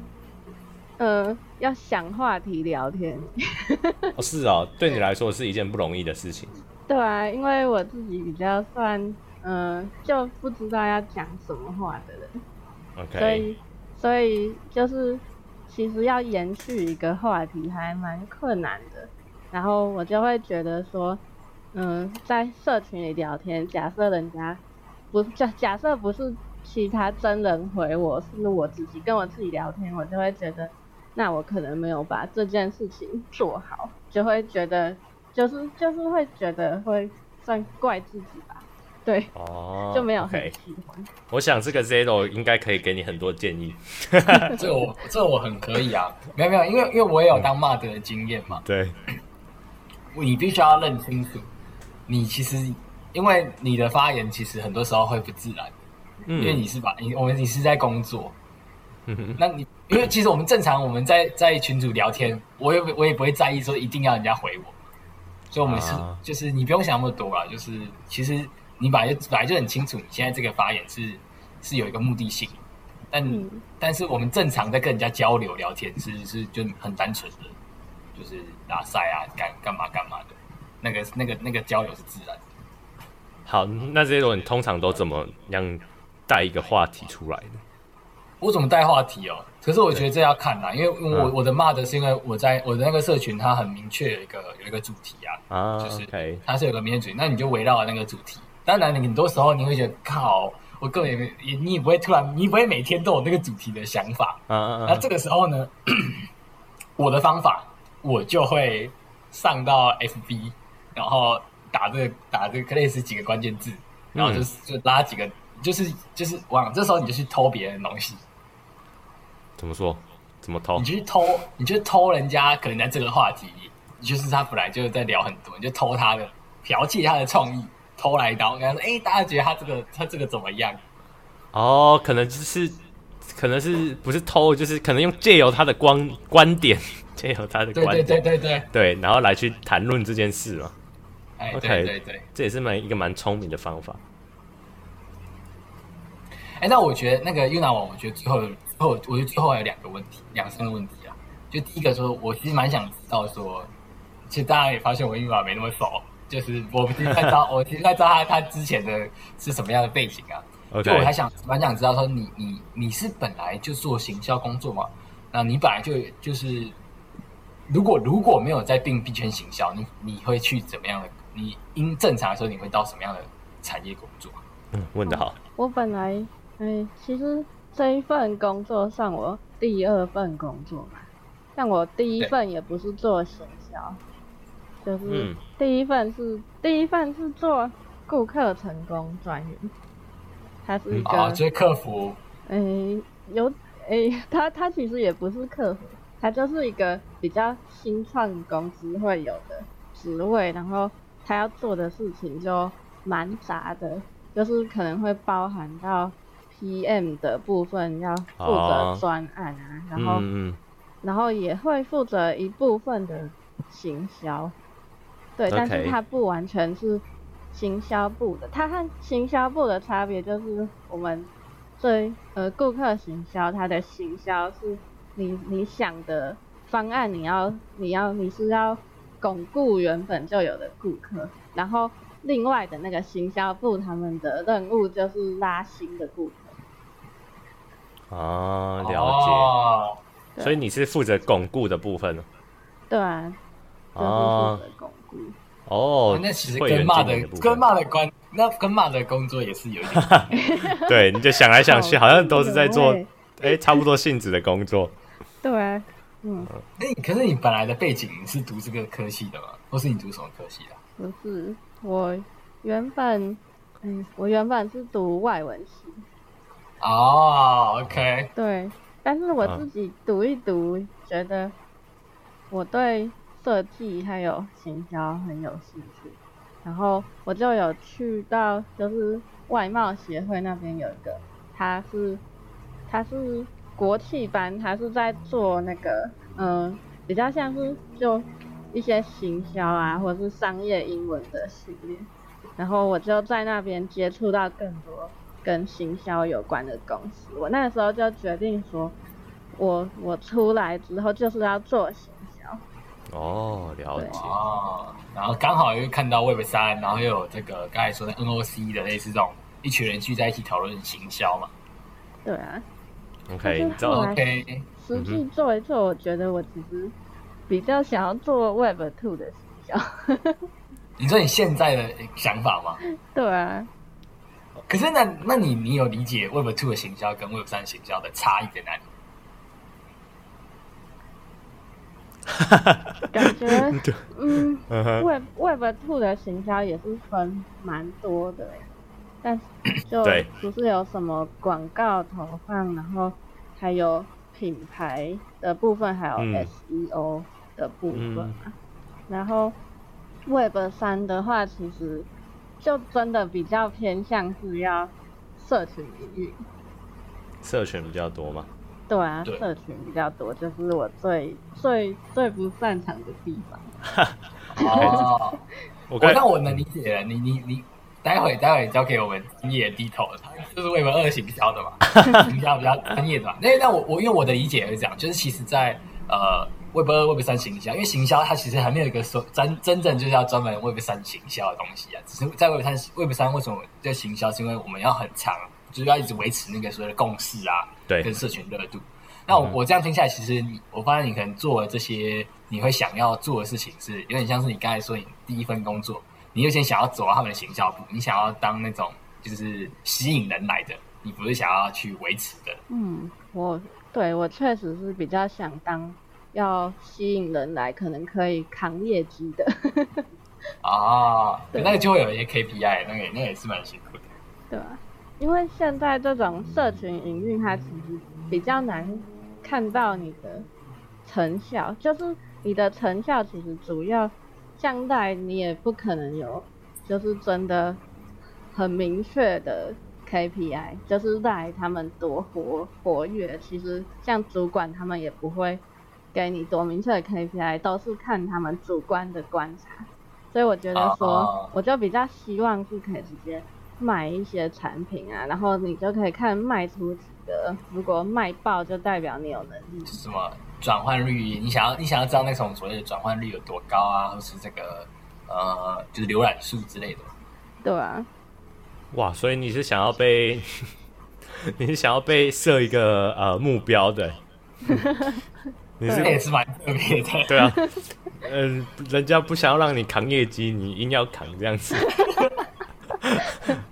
呃，要想话题聊天。哦，是哦，对你来说是一件不容易的事情。对啊，因为我自己比较算嗯、嗯、就不知道要讲什么话的人，所 OK，以所以就是其实要延续一个话题还蛮困难的。然后我就会觉得说，嗯，在社群里聊天，假设人家不假假设不是其他真人回我，是我自己跟我自己聊天，我就会觉得，那我可能没有把这件事情做好，就会觉得就是就是会觉得会算怪自己吧，对，哦，就没有很 OK，喜欢。我想这个 Zero 应该可以给你很多建议。这我这我很可以啊，没有没有，因为因为我也有当骂的经验嘛，对，你必须要认清楚，你其实因为你的发言其实很多时候会不自然，因为嗯你是把你我们你是在工作，嗯哼那你因为其实我们正常我们在在群组聊天，我也我也不会在意说一定要人家回我，所以我们是、啊就是你不用想那么多啦，就是其实你本来就本来就很清楚你现在这个发言是是有一个目的性，但、嗯但是我们正常在跟人家交流聊天是是就很单纯的，就是拉塞啊干干嘛干嘛的，那个那个那个交流是自然的。 好，那 Zero 你通常都怎么样带一个话题出来呢？我怎么带话题哦？可是我觉得这要看啊啦，因为因为我、嗯我的骂的是因为我在我的那个社群，它很明确有一个有一个主题啊，啊就是 OK，它是有个明确主题，那你就围绕那个主题。当然，你很多时候你会觉得靠，我根本也没也你也不会突然，你 也不会每天都有那个主题的想法。啊啊那啊这个时候呢， 我的方法我就会上到 FB，然后打这个打这个类似几个关键字，然后就是、就拉几个，就是就是往这时候你就去偷别人的东西。怎么说？怎么偷你？去偷，你去偷人家，可能在这个话题，就是他本来就在聊很多，你就偷他的，剽窃他的创意，偷来一刀，跟他说，哎、大家觉得他这个他这个怎么样？哦，可能就是，可能是不是偷，就是可能用借由他的观观点， 借由他的对观对点，对对对，对然后来去谈论这件事嘛。哎、 OK 对对对，这也是蛮一个蛮聪明的方法。哎、那我觉得那个 UNA 网，我觉得最后最后，我觉得最后还有两个问题，两三个问题啊。就第一个说，我其实蛮想知道说，其实大家也发现我 UNA 没那么熟，就是我其实在知 道，我其实在知道他他之前的是什么样的背景啊。就我还 OK，想蛮想知道说你你你是本来就做行销工作嘛？那你本来就就是，如果如果没有在定币圈行销，你你会去怎么样的？你应正常来说，你会到什么样的产业工作？嗯，问得好。我本来，哎、其实这一份工作算我第二份工作嘛，但我第一对份也不是做行销，就是嗯第一份是、第一份是做顾客成功专员，他是一个，啊，就是客服哎、有，哎、 他他其实也不是客服，他就是一个比较新创公司会有的职位，然后他要做的事情就蛮杂的，就是可能会包含到 PM 的部分，要负责哦专案啊，然后、嗯嗯然后也会负责一部分的行销，对 OK 但是它不完全是行销部的。它和行销部的差别就是，我们最呃顾客行销，它的行销是你你想的方案，你要你要你是要巩固原本就有的顾客，然后另外的那个行销部他们的任务就是拉新的顾客。嗯，哦，了哦，解。所以你是负责巩固的部分哦对啊，就是负哦责巩固。哦哦。那其实会跟员骂经的营的部跟分，骂的关，那跟骂的工作也是有一点 对，你就想来想去，好像都是在做对哎差不多性质的工作。对啊，嗯，哎，可是你本来的背景你是读这个科系的吗？或是你读什么科系的、不是，我原本，嗯，我原本是读外文系，哦，OK，对，但是我啊自己读一读，觉得我对设计还有行销很有兴趣，然后我就有去到就是外贸协会那边有一个，他是他是国际班，他是在做那个嗯、呃比较像是就一些行销啊，或者是商业英文的系列，然后我就在那边接触到更多跟行销有关的公司。我那时候就决定说，我我出来之后就是要做行销，哦，了对解。哦，然后刚好又看到 Web 三，然后又有这个刚才说的 NOC 的类似这种一群人聚在一起讨论行销嘛。对啊， OK，你知后道来 OK，实际做一做，我觉得我其实比较想要做 Web Two 的行销。 你说你现在的想法吗？对啊，可是那那你你有理解 Web Two 的行销跟 Web 三行销的差异在哪里？感觉对嗯嗯哼， ，Web Web Two 的行销也是分蛮多的，但是就对不是有什么广告投放，然后还有品牌的部分，还有嗯 SEO 的部分嘛。嗯然后 Web 三的话，其实就真的比较偏向是要社群领域，社群比较多嘛。对啊，对社群比较多，就是我最最最不擅长的地方。哦，我我刚才那我能理解了，你你你，待会待会交给我们专业低头，他就是 Web 二行销的嘛，行销比较专业的嘛。那那我我因为我的理解是这样，就是其实在呃 Web 二 Web 三行销，因为行销它其实还没有一个说真真正就是要专门 Web 三行销的东西啊，只是在 Web 三 Web 三为什么叫行销，是因为我们要很长，就是要一直维持那个所谓的共识啊，跟对，社群热度。那我我这样听下来，其实你我发现你可能做了这些你会想要做的事情是，有点像是你刚才说你第一份工作，你有点想要走到他们的行销部，你想要当那种就是吸引人来的，你不是想要去维持的。嗯，我对我确实是比较想当要吸引人来，可能可以扛业绩的。哦，对那个就会有一些 KPI，那个那个也是蛮辛苦的。对啊，因为现在这种社群营运，它其实比较难看到你的成效，就是你的成效其实主要，将来你也不可能有，就是真的很明确的 KPI，就是来他们多活活跃，其实像主管他们也不会给你多明确的 KPI，都是看他们主观的观察。所以我觉得哦说，我就比较希望是可以直接卖一些产品啊，然后你就可以看卖出几个，如果卖爆就代表你有能力。就是什么转换率，你想要你想要知道那种所谓的转换率有多高啊，或是这个呃就是浏览数之类的。对啊，哇，所以你是想要被， 你是想要被设一个呃目标 的，你这是个也是蛮特别的。对啊， 嗯、人家不想要让你扛业绩，你硬要扛这样子。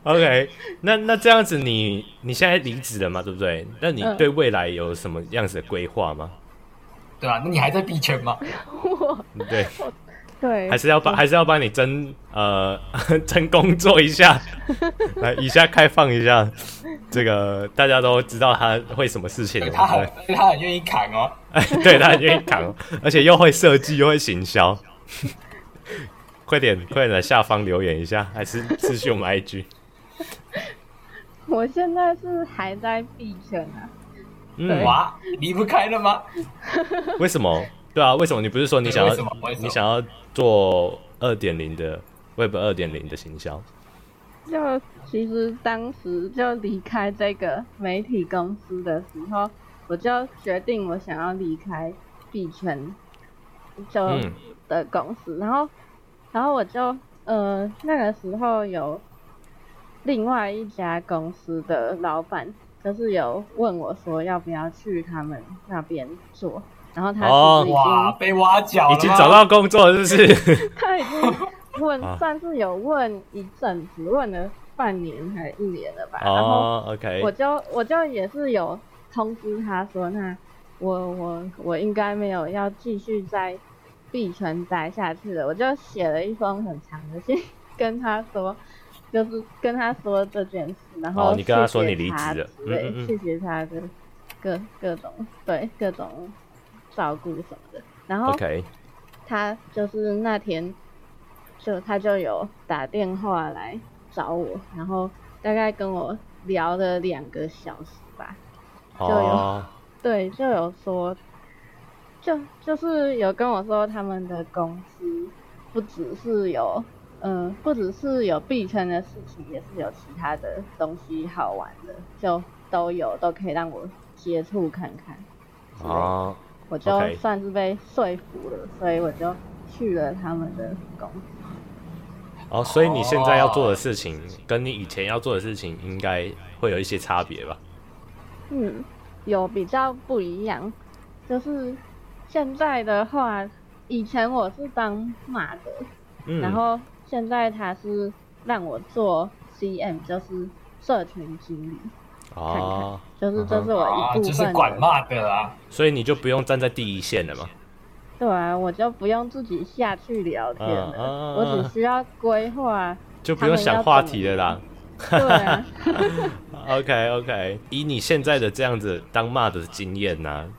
OK，那那这样子你你现在离职了嘛，对不对？那你嗯对未来有什么样子的规划吗？对吧、那你还在币圈吗？对，对，还是要帮还是要帮你争呃 争工作一下，来以下开放一下，这个大家都知道他会什么事情了对，嘛，他对不对很他很愿意砍哦。 对，他很愿意扛，而且又会设计，又会行销。 快点，快点来下方留言一下，还是私信我们 IG。我现在是还在币圈啊，嗯，哇，离不开了吗？为什么？对啊，为什么你不是说你想对为什么要为什么你想要做二点零的 Web 二点零的行销？就其实当时就离开这个媒体公司的时候，我就决定我想要离开币圈就嗯的公司，然后然后我就呃那个时候有另外一家公司的老板，就是有问我说要不要去他们那边做，然后他哦其实已经、哇，被挖已角了吗啊经找到工作了是不是？ 他已经 啊问，算是有问一阵子，问了半年还一年了吧。然后 哦，OK，我就我就也是有通知他说，那我我我应该没有要继续在币圈待下去了，我就写了一封很长的信跟他说。就是跟他说这件事，然后哦你跟他说谢谢你离职了之类嗯嗯嗯谢谢他的各各种对各种照顾什么的。然哦后 OK，他就是那天就他就有打电话来找我，然后大概跟我聊了两个小时吧。哦，对，就有说，就就是有跟我说他们的公司不只是有，嗯、不只是有币圈的事情，也是有其他的东西好玩的，就都有，都可以让我接触看看。哦，我就 OK 算是被说服了，所以我就去了他们的公司。哦，所以你现在要做的事情跟你以前要做的事情应该会有一些差别吧？嗯，有比较不一样，就是现在的话，以前我是当马的，嗯，然后现在他是让我做 CM，就是社群经理，哦，就是嗯这哼是我啊，一部就分是的。管骂的啊，所以你就不用站在第一线 了嘛？对啊，我就不用自己下去聊天了，啊嗯嗯嗯我只需要规划。就不用想话题了啦。对 啊， OK OK，以你现在的这样子当骂的经验呢、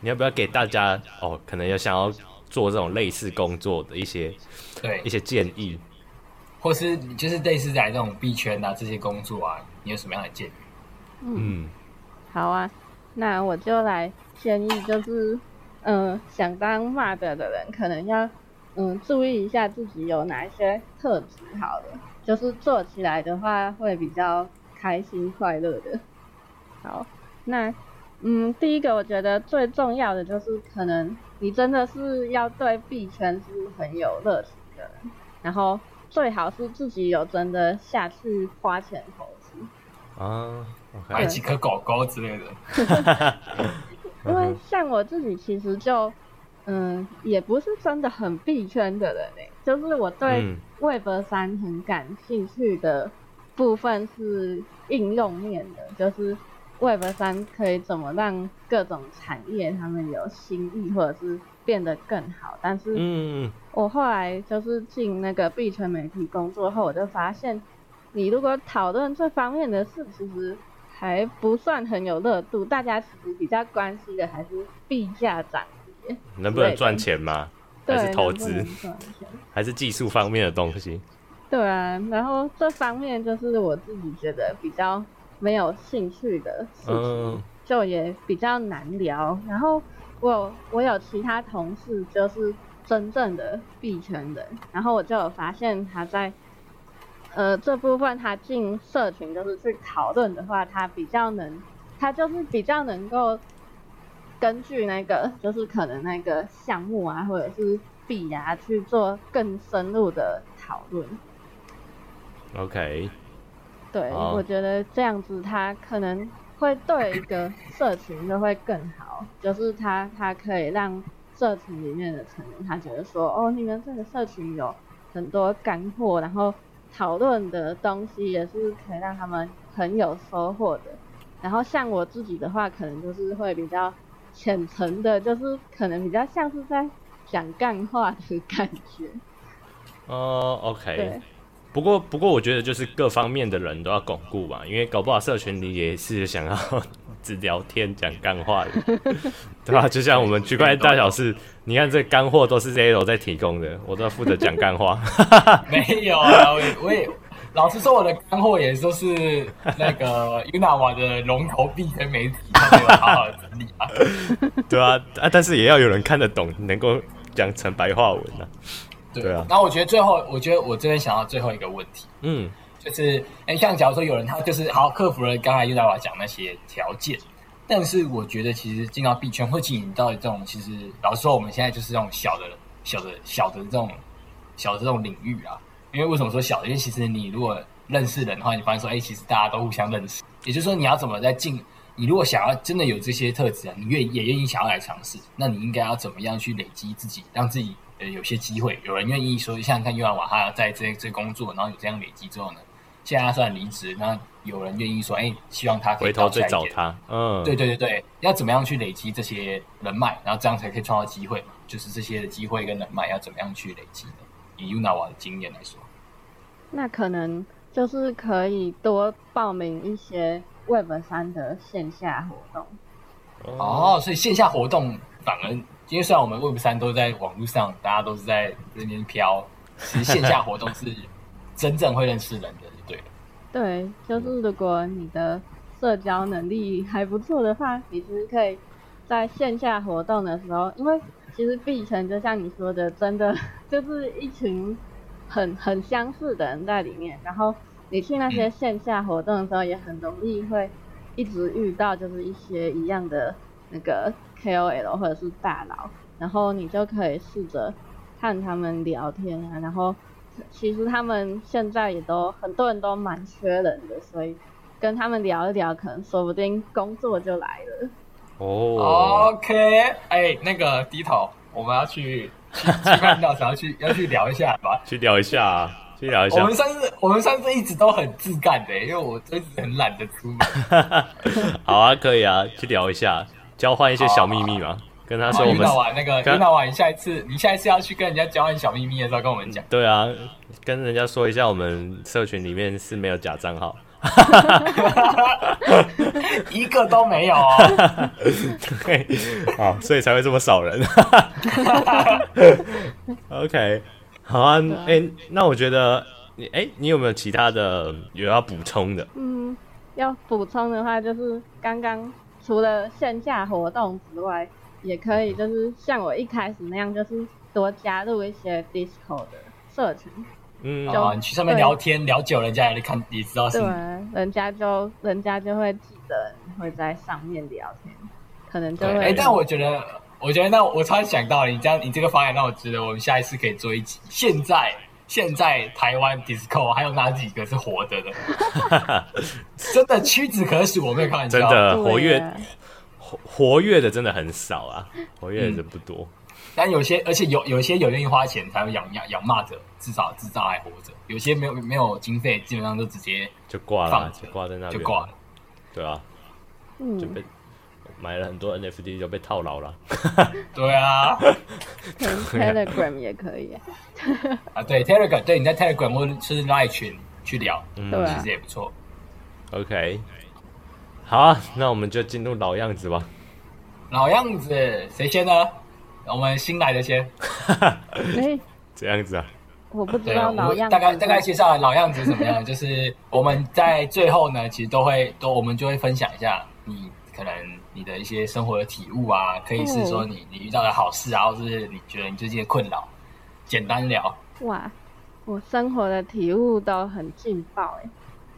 你要不要给大家哦，可能有想要做这种类似工作的一些对一，些建议？或是你就是类似在这种币圈啊这些工作啊，你有什么样的建议？嗯，好啊，那我就来建议，就是，嗯、想当 mod 的人可能要，嗯，注意一下自己有哪一些特质，好了，就是做起来的话会比较开心快乐的。好，那，嗯，第一个我觉得最重要的就是，可能你真的是要对币圈是很有热情的人，然后最好是自己有真的下去花钱投资。啊买，OK，几颗狗狗之类的，因为像我自己其实就，嗯，也不是真的很币圈的人诶、就是我对嗯 Web 三很感兴趣的部分是应用面的，就是 Web 三可以怎么让各种产业他们有新意或者是变得更好，但是嗯，我后来就是进那个币圈媒体工作后，我就发现，你如果讨论这方面的事，其实还不算很有热度。大家其实比较关心的还是币价涨跌，能不能赚钱嘛？对，还是投能不资能，赚钱还是技术方面的东西？对啊，然后这方面就是我自己觉得比较没有兴趣的事情，嗯就也比较难聊。然后我我有其他同事就是真正的币圈人，然后我就有发现他在呃这部分他进社群就是去讨论的话，他比较能，他就是比较能够根据那个就是可能那个项目啊，或者是币啊去做更深入的讨论。 ，OK，对，好我觉得这样子他可能会对一个社群就会更好，就是他他可以让社群里面的成员他觉得说，哦，你们这个社群有很多干货，然后讨论的东西也是可以让他们很有收获的。然后像我自己的话，可能就是会比较浅层的，就是可能比较像是在讲干话的感觉。哦，OK，对，不过，不过我觉得就是各方面的人都要巩固吧，因为搞不好社群里也是想要 只聊天讲干话的，对啊吧？就像我们区块链大小事，你看这干货都是 Zero 在提供的，我都要负责讲干话。没有啊，我也我也老实说，我的干货也就是那个 Unawa 的龙头币圈媒体，他没有好好整理啊。对啊，啊，但是也要有人看得懂，能够讲成白话文啊。对啊然后我觉得最后，我觉得我这边想到最后一个问题，嗯就是，哎，像假如说有人他就是好克服了刚才 Unawa 讲那些条件，但是我觉得其实进到币圈会进入到这种，其实老实说，我们现在就是这种小的、小的、小的这种小的这种领域啊。因为为什么说小？因为其实你如果认识人的话，你发现说，哎、其实大家都互相认识。也就是说，你要怎么在进？你如果想要真的有这些特质啊，你愿意也愿意想要来尝试，那你应该要怎么样去累积自己，让自己呃有些机会？有人愿意说，像看尤安瓦他在这这工作，然后有这样累积之后呢，现在他虽然离职，那有人愿意说，哎、希望他可以回头到再下一找届他。嗯，对对对对，要怎么样去累积这些人脉，然后这样才可以创造机会嘛？就是这些的机会跟人脉要怎么样去累积的？以 Unawa 的经验来说，那可能就是可以多报名一些 Web 三的线下活动。哦，所以线下活动反而，因为虽然我们 Web 三都在网络上，大家都是在那边飘，其实线下活动是真正会认识人的，对了。对，就是如果你的社交能力还不错的话，你其实可以在线下活动的时候，因为其实碧城就像你说的，真的 就是一群很很相似的人在里面，然后你去那些线下活动的时候，也很容易会一直遇到就是一些一样的那个 KOL 或者是大佬，然后你就可以试着和他们聊天啊。然后其实他们现在也都很多人都蛮缺人的，所以跟他们聊一聊，可能说不定工作就来了。哦，OK，哎，那个低头，我们要去去去看到时候去要去聊一下吧。去聊一下啊，去聊一我下们。上次我们上次一直都很自干的、因为我一直很懒得出门。好啊，可以啊，去聊一下，交换一些小秘密嘛。跟他说我云们老啊，那个跟云老啊，你下一次你下一次要去跟人家交换小秘密的时候，跟我们讲。对啊，跟人家说一下，我们社群里面是没有假账 号。嗯一个都没有、 哦。对，啊，所以才会这么少 人。OK，好啊，哎、那我觉得你哎、你有没有其他的有要补充的？嗯，要补充的话，就是刚刚除了线下活动之外，也可以就是像我一开始那样，就是多加入一些 Disco 的社群，嗯，就啊，你去上面聊天聊久了，人家也看也知道啊是对啊你。人家就人家就会记得你会在上面聊天，可能就对哎、会但我觉得，我觉得那我突然想到，你这样你这个发言让我觉得，我们下一次可以做一集。现在现在台湾 disco 还有哪几个是活着的？ 真的屈指可数，我没有开玩笑。真的活对跃啊活活跃的真的很少啊，活跃的不多。但有些，而且有有些有愿意花钱才会养养养骂者，至少至少还活着。有些没有没有经费，基本上就直接就挂了放啊，着就挂在那就边，挂了。对啊，就嗯，被买了很多 NFT 就被套牢了。对啊，可能 Telegram 也可以、啊，啊对 Telegram，对你在 Telegram 或者是 Line 群去聊，嗯对其啊实，也不错。 ，OK，好啊，那我们就进入老样子吧。老样子，谁先呢？我们新来的先。所以这样子啊，我不知对，道我老们样子大概大概介绍老样子是什么样，就是我们在最后呢，其实都会都我们就会分享一下你可能你的一些生活的体悟啊，可以是说你你遇到的好事啊，或者是你觉得你最近的困扰，简单聊。哇，我生活的体悟都很劲爆哎、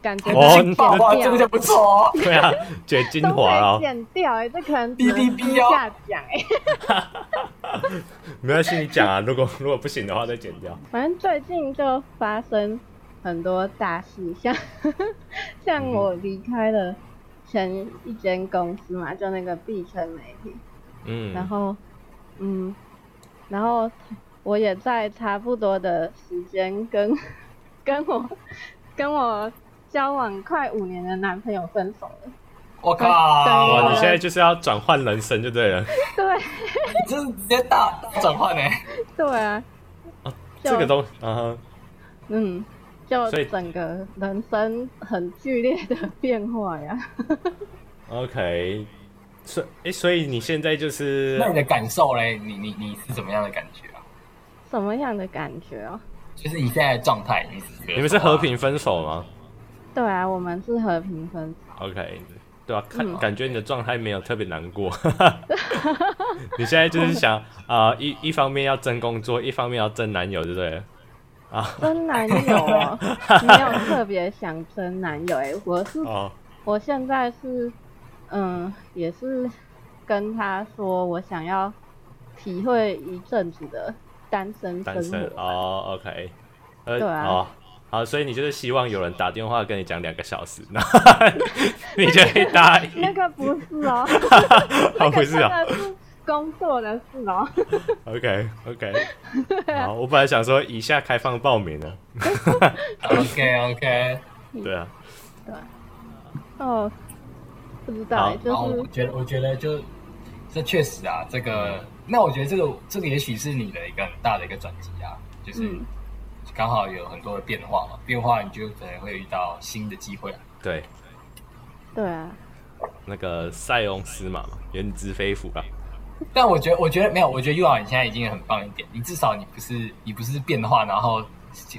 感 觉哦都你剪宝宝这掉个就不错哦。对啊，解精都华被 哦。剪掉哎、欸，这可能哔只能哔私哔哦下讲哎、没关系，你讲啊。如果如果不行的话，再剪掉。反正最近就发生很多大事，像 嗯像我离开了前一间公司嘛，就那个币圈媒体，嗯，然后嗯，然后我也在差不多的时间跟跟我跟我交往快五年的男朋友分手了，我靠！对哇，我你现在就是要转换人生就对了。对你这是直接大大转换呢。欸对啊，就哦这个东，嗯哼，嗯，就所以整个人生很剧烈的变化呀。 OK，所哎、诶所以你现在就是那你的感受嘞？你你你是怎么样的感觉啊？什么样的感觉哦？就是你现在的状态，你是觉得你们什是么和啊？平分手吗对啊，我们是和平分手。 ？OK，对啊，看、嗯感觉你的状态没有特别难 过。你现在就是想啊、一一方面要争工作，一方面要争男友，对不对了？啊真男友 哦，没有特别想真男友哎、我是哦，我现在是，嗯，也是跟他说我想要体会一阵子的单身生单身活。哦，OK，呃，对啊哦好，所以你就是希望有人打电话跟你讲两个小时， 然后你就可以答应。那个不是哦，啊， 不是啊 那个是工作的事哦。 ，OK OK，好，我本来想说以下开放报名的，啊 OK OK。嗯对啊，哦，不知道、好欸，就然后是我觉得，我觉得就这确实啊，这个那我觉得这个这个也许是你的一个很大的一个转机啊，就是嗯刚好有很多的变化嘛，变化你就可能会遇到新的机会啊。对，对啊，那个塞翁失马嘛，焉知非福啊。但我觉得，我觉得没有，我觉得 U 老你现在已经很棒一点，你至少你不是你不是变化，然后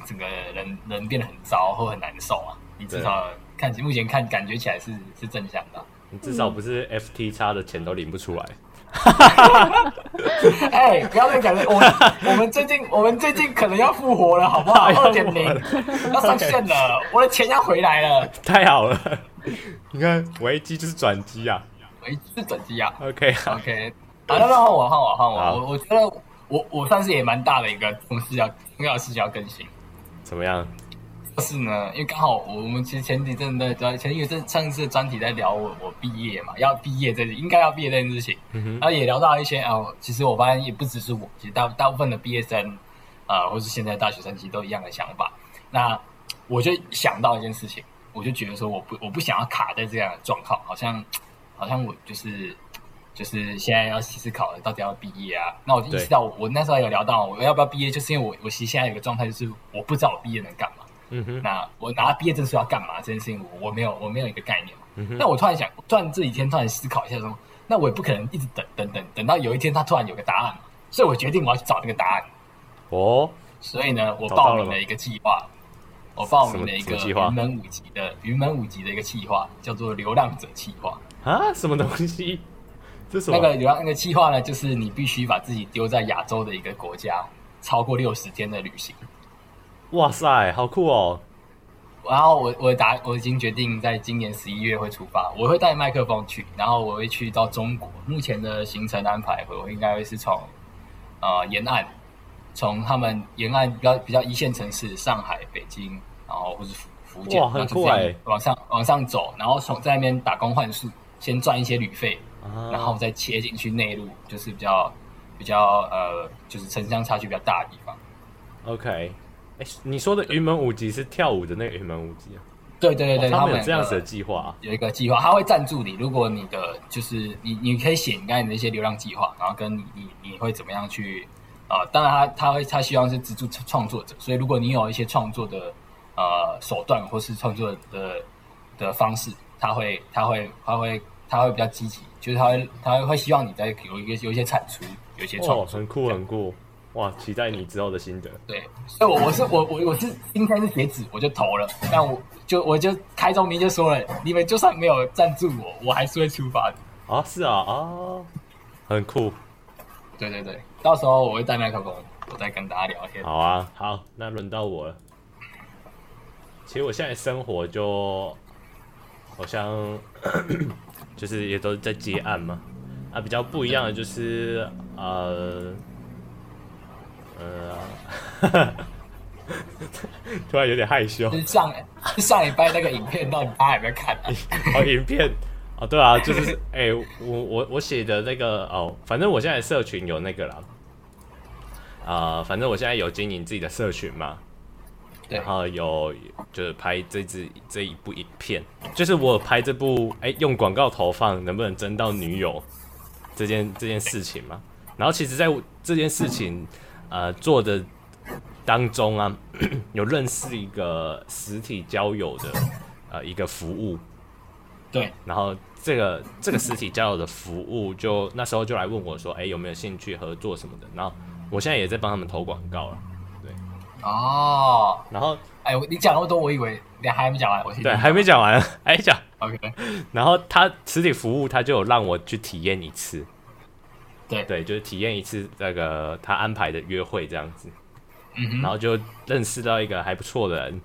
整个人人变得很糟或很难受啊，你至少看目前看感觉起来是是正向的啊、你至少不是嗯 FT 叉的钱都领不出来，哎、不要再讲了，我们 我们最近我们最近可 能要复活了，好不好？二点零要上线了，我的钱要回来了，太好了。 你看危机就是转机啊哎，是转机啊。 ，OK 啊 OK，好，那那换我，换我，换我。好我我觉得我我算是也蛮大的一个公司要重要的事情要更新，怎么样？就是呢，因为刚好我我们其实前几阵在在前几阵上一次的专题在聊我我毕业嘛，要毕业这应该要毕业这件事情，然后也聊到一些啊、呃其实我发现也不只是我，其实大大部分的毕业生啊、呃或是现在大学生其实都一样的想法。那我就想到一件事情，我就觉得说我不我不想要卡在这样的状况，好像好像我就是就是现在要思考到底要不要毕业啊。那我就意识到我，我那时候有聊到我要不要毕业，就是因为我我其实现在有个状态就是我不知道我毕业能干嘛。嗯哼，那我拿毕业证书要干嘛这件事情我，我没有我没有一个概念嘛。嗯那我突然想，突然这几天突然思考一下说，那我也不可能一直等等等等到有一天他突然有个答案嘛，所以我决定我要去找那个答案。哦，所以呢，我找到报了吗名了一个计划，我报名了一什个么什么云计划门舞集的云门舞集的一个计划，叫做流浪者计划。啊，什么东西？这是什那么？个流浪那个计划呢，就是你必须把自己丢在亚洲的一个国家超过六十天的旅行。哇塞，好酷哦！然后我我打我已经决定在今年十一月会出发，我会带麦克风去，然后我会去到中国。目前的行程安排，我应该会是从呃沿岸，从他们沿岸比较比较一线城市上海、北京，然后或是福福建，哇很然后就这酷样欸往上往上走，然后从在那边打工换宿，先赚一些旅费，啊然后再切进去内陆，就是比较比较呃就是城乡差距比较大的地方。 OK，哎、你说的云门舞集是跳舞的那个云门舞集啊？对对对对，哦他们们有这样子的的计划啊、有一个计划，他会赞助你。如果你的就是你，你可以写你刚才你的一些流量计划，然后跟你你你会怎么样去啊、呃当然他，他会他希望是资助创作者，所以如果你有一些创作的呃手段或是创作的的方式，他会他会他会他会比较积极，就是他会他会希望你在有一个有一些产出，有一些创哦，作。很酷很酷，哇！期待你之后的心得。对，所以我我是我我我是今天是截止我就投了，但我就我就开宗明就说了，你们就算没有赞助我，我还是会出发的。啊，是啊，啊，很酷。对对对，到时候我会带麦克风，我再跟大家聊天。好啊，好，那轮到我了。其实我现在生活就好像 就是也都是在接案嘛，啊，比较不一样的就是呃呃， 突然有点害羞就。是上是上礼拜那个影片，到底大家有没有看、 啊？哦，影片哦，对啊，就是哎、我我我写的那个哦，反正我现在社群有那个啦，啊、反正我现在有经营自己的社群嘛，对然后有就是拍这支这一部影片，就是我有拍这部哎、用广告投放能不能争到女友这件这件事情嘛，然后其实在这件事情呃做的当中啊， 有认识一个实体交友的呃一个服务，对，然后这个这个实体交友的服务就，那时候就来问我说，哎，有没有兴趣合作什么的？然后我现在也在帮他们投广告了。哦，然后哎，我你讲那么多，我以为你还没讲完，我先对，还没讲完，还没讲。 OK，然后他实体服务他就有让我去体验一次，对对，就是体验一次那个他安排的约会这样子，嗯然哼，后就认识到一个还不错的人，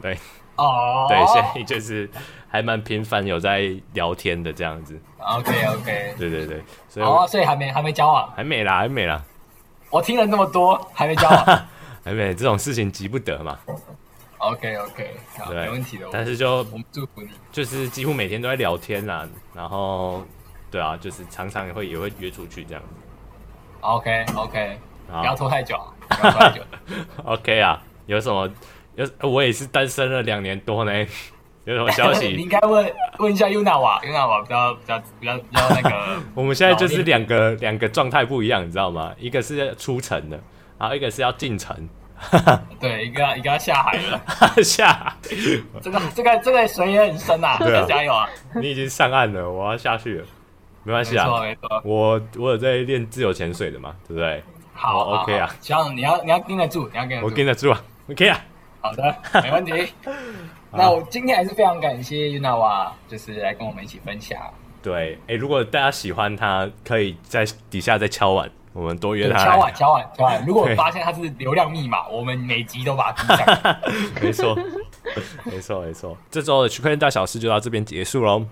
对哦，对，所以就是还蛮频繁有在聊天的这样子， OK OK，对 对对，所以好我啊，所以还没还没交往，还没啦，还没啦。我听了那么多，还没啊交 往哎，没这种事情急不得嘛， ，OK OK，好，对，没问题的，我但是就我们祝福你。就是几乎每天都在聊天啦，然后对啊，就是常常也会也会约出去这样子。 OK OK，不要啊拖太久啊，不要拖太久。 OK 啊，有什么？有我也是单身了两年多呢， 有什么 消你应 息？该问问一下 Yuna 瓦，Yuna 瓦比较比较比较比较那个 我们现在就是两个两个状态不一样，你知道吗？一个是出城的，然后一个是要进城 对，一个要一个要下海了，下。这个这个这个水也很深啊，嗯对啊要 加油啊！你已经上岸了，我要下去了，没没关系错啊。没错，我我有在练自由潜水的嘛，对不对？好哦，OK 啊，好好希望你要你要盯得住，你要盯我得住跟，得住啊，OK 啊。好的，没问 题。那我今天还是非常感谢 Yuna 瓦，就是来跟我们一起分享，对，哎、如果大家喜欢他，可以在底下再敲碗，我们多约他来。敲 碗敲碗敲碗。如果我发现它是流量密码，我们每集都把它逼上。 没错，没错，没错。这周的区块链大小事就到这边结束喽。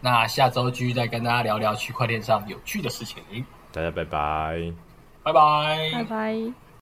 那下周继续再跟大家聊聊区块链上有趣的事情，大家拜拜。拜拜拜拜。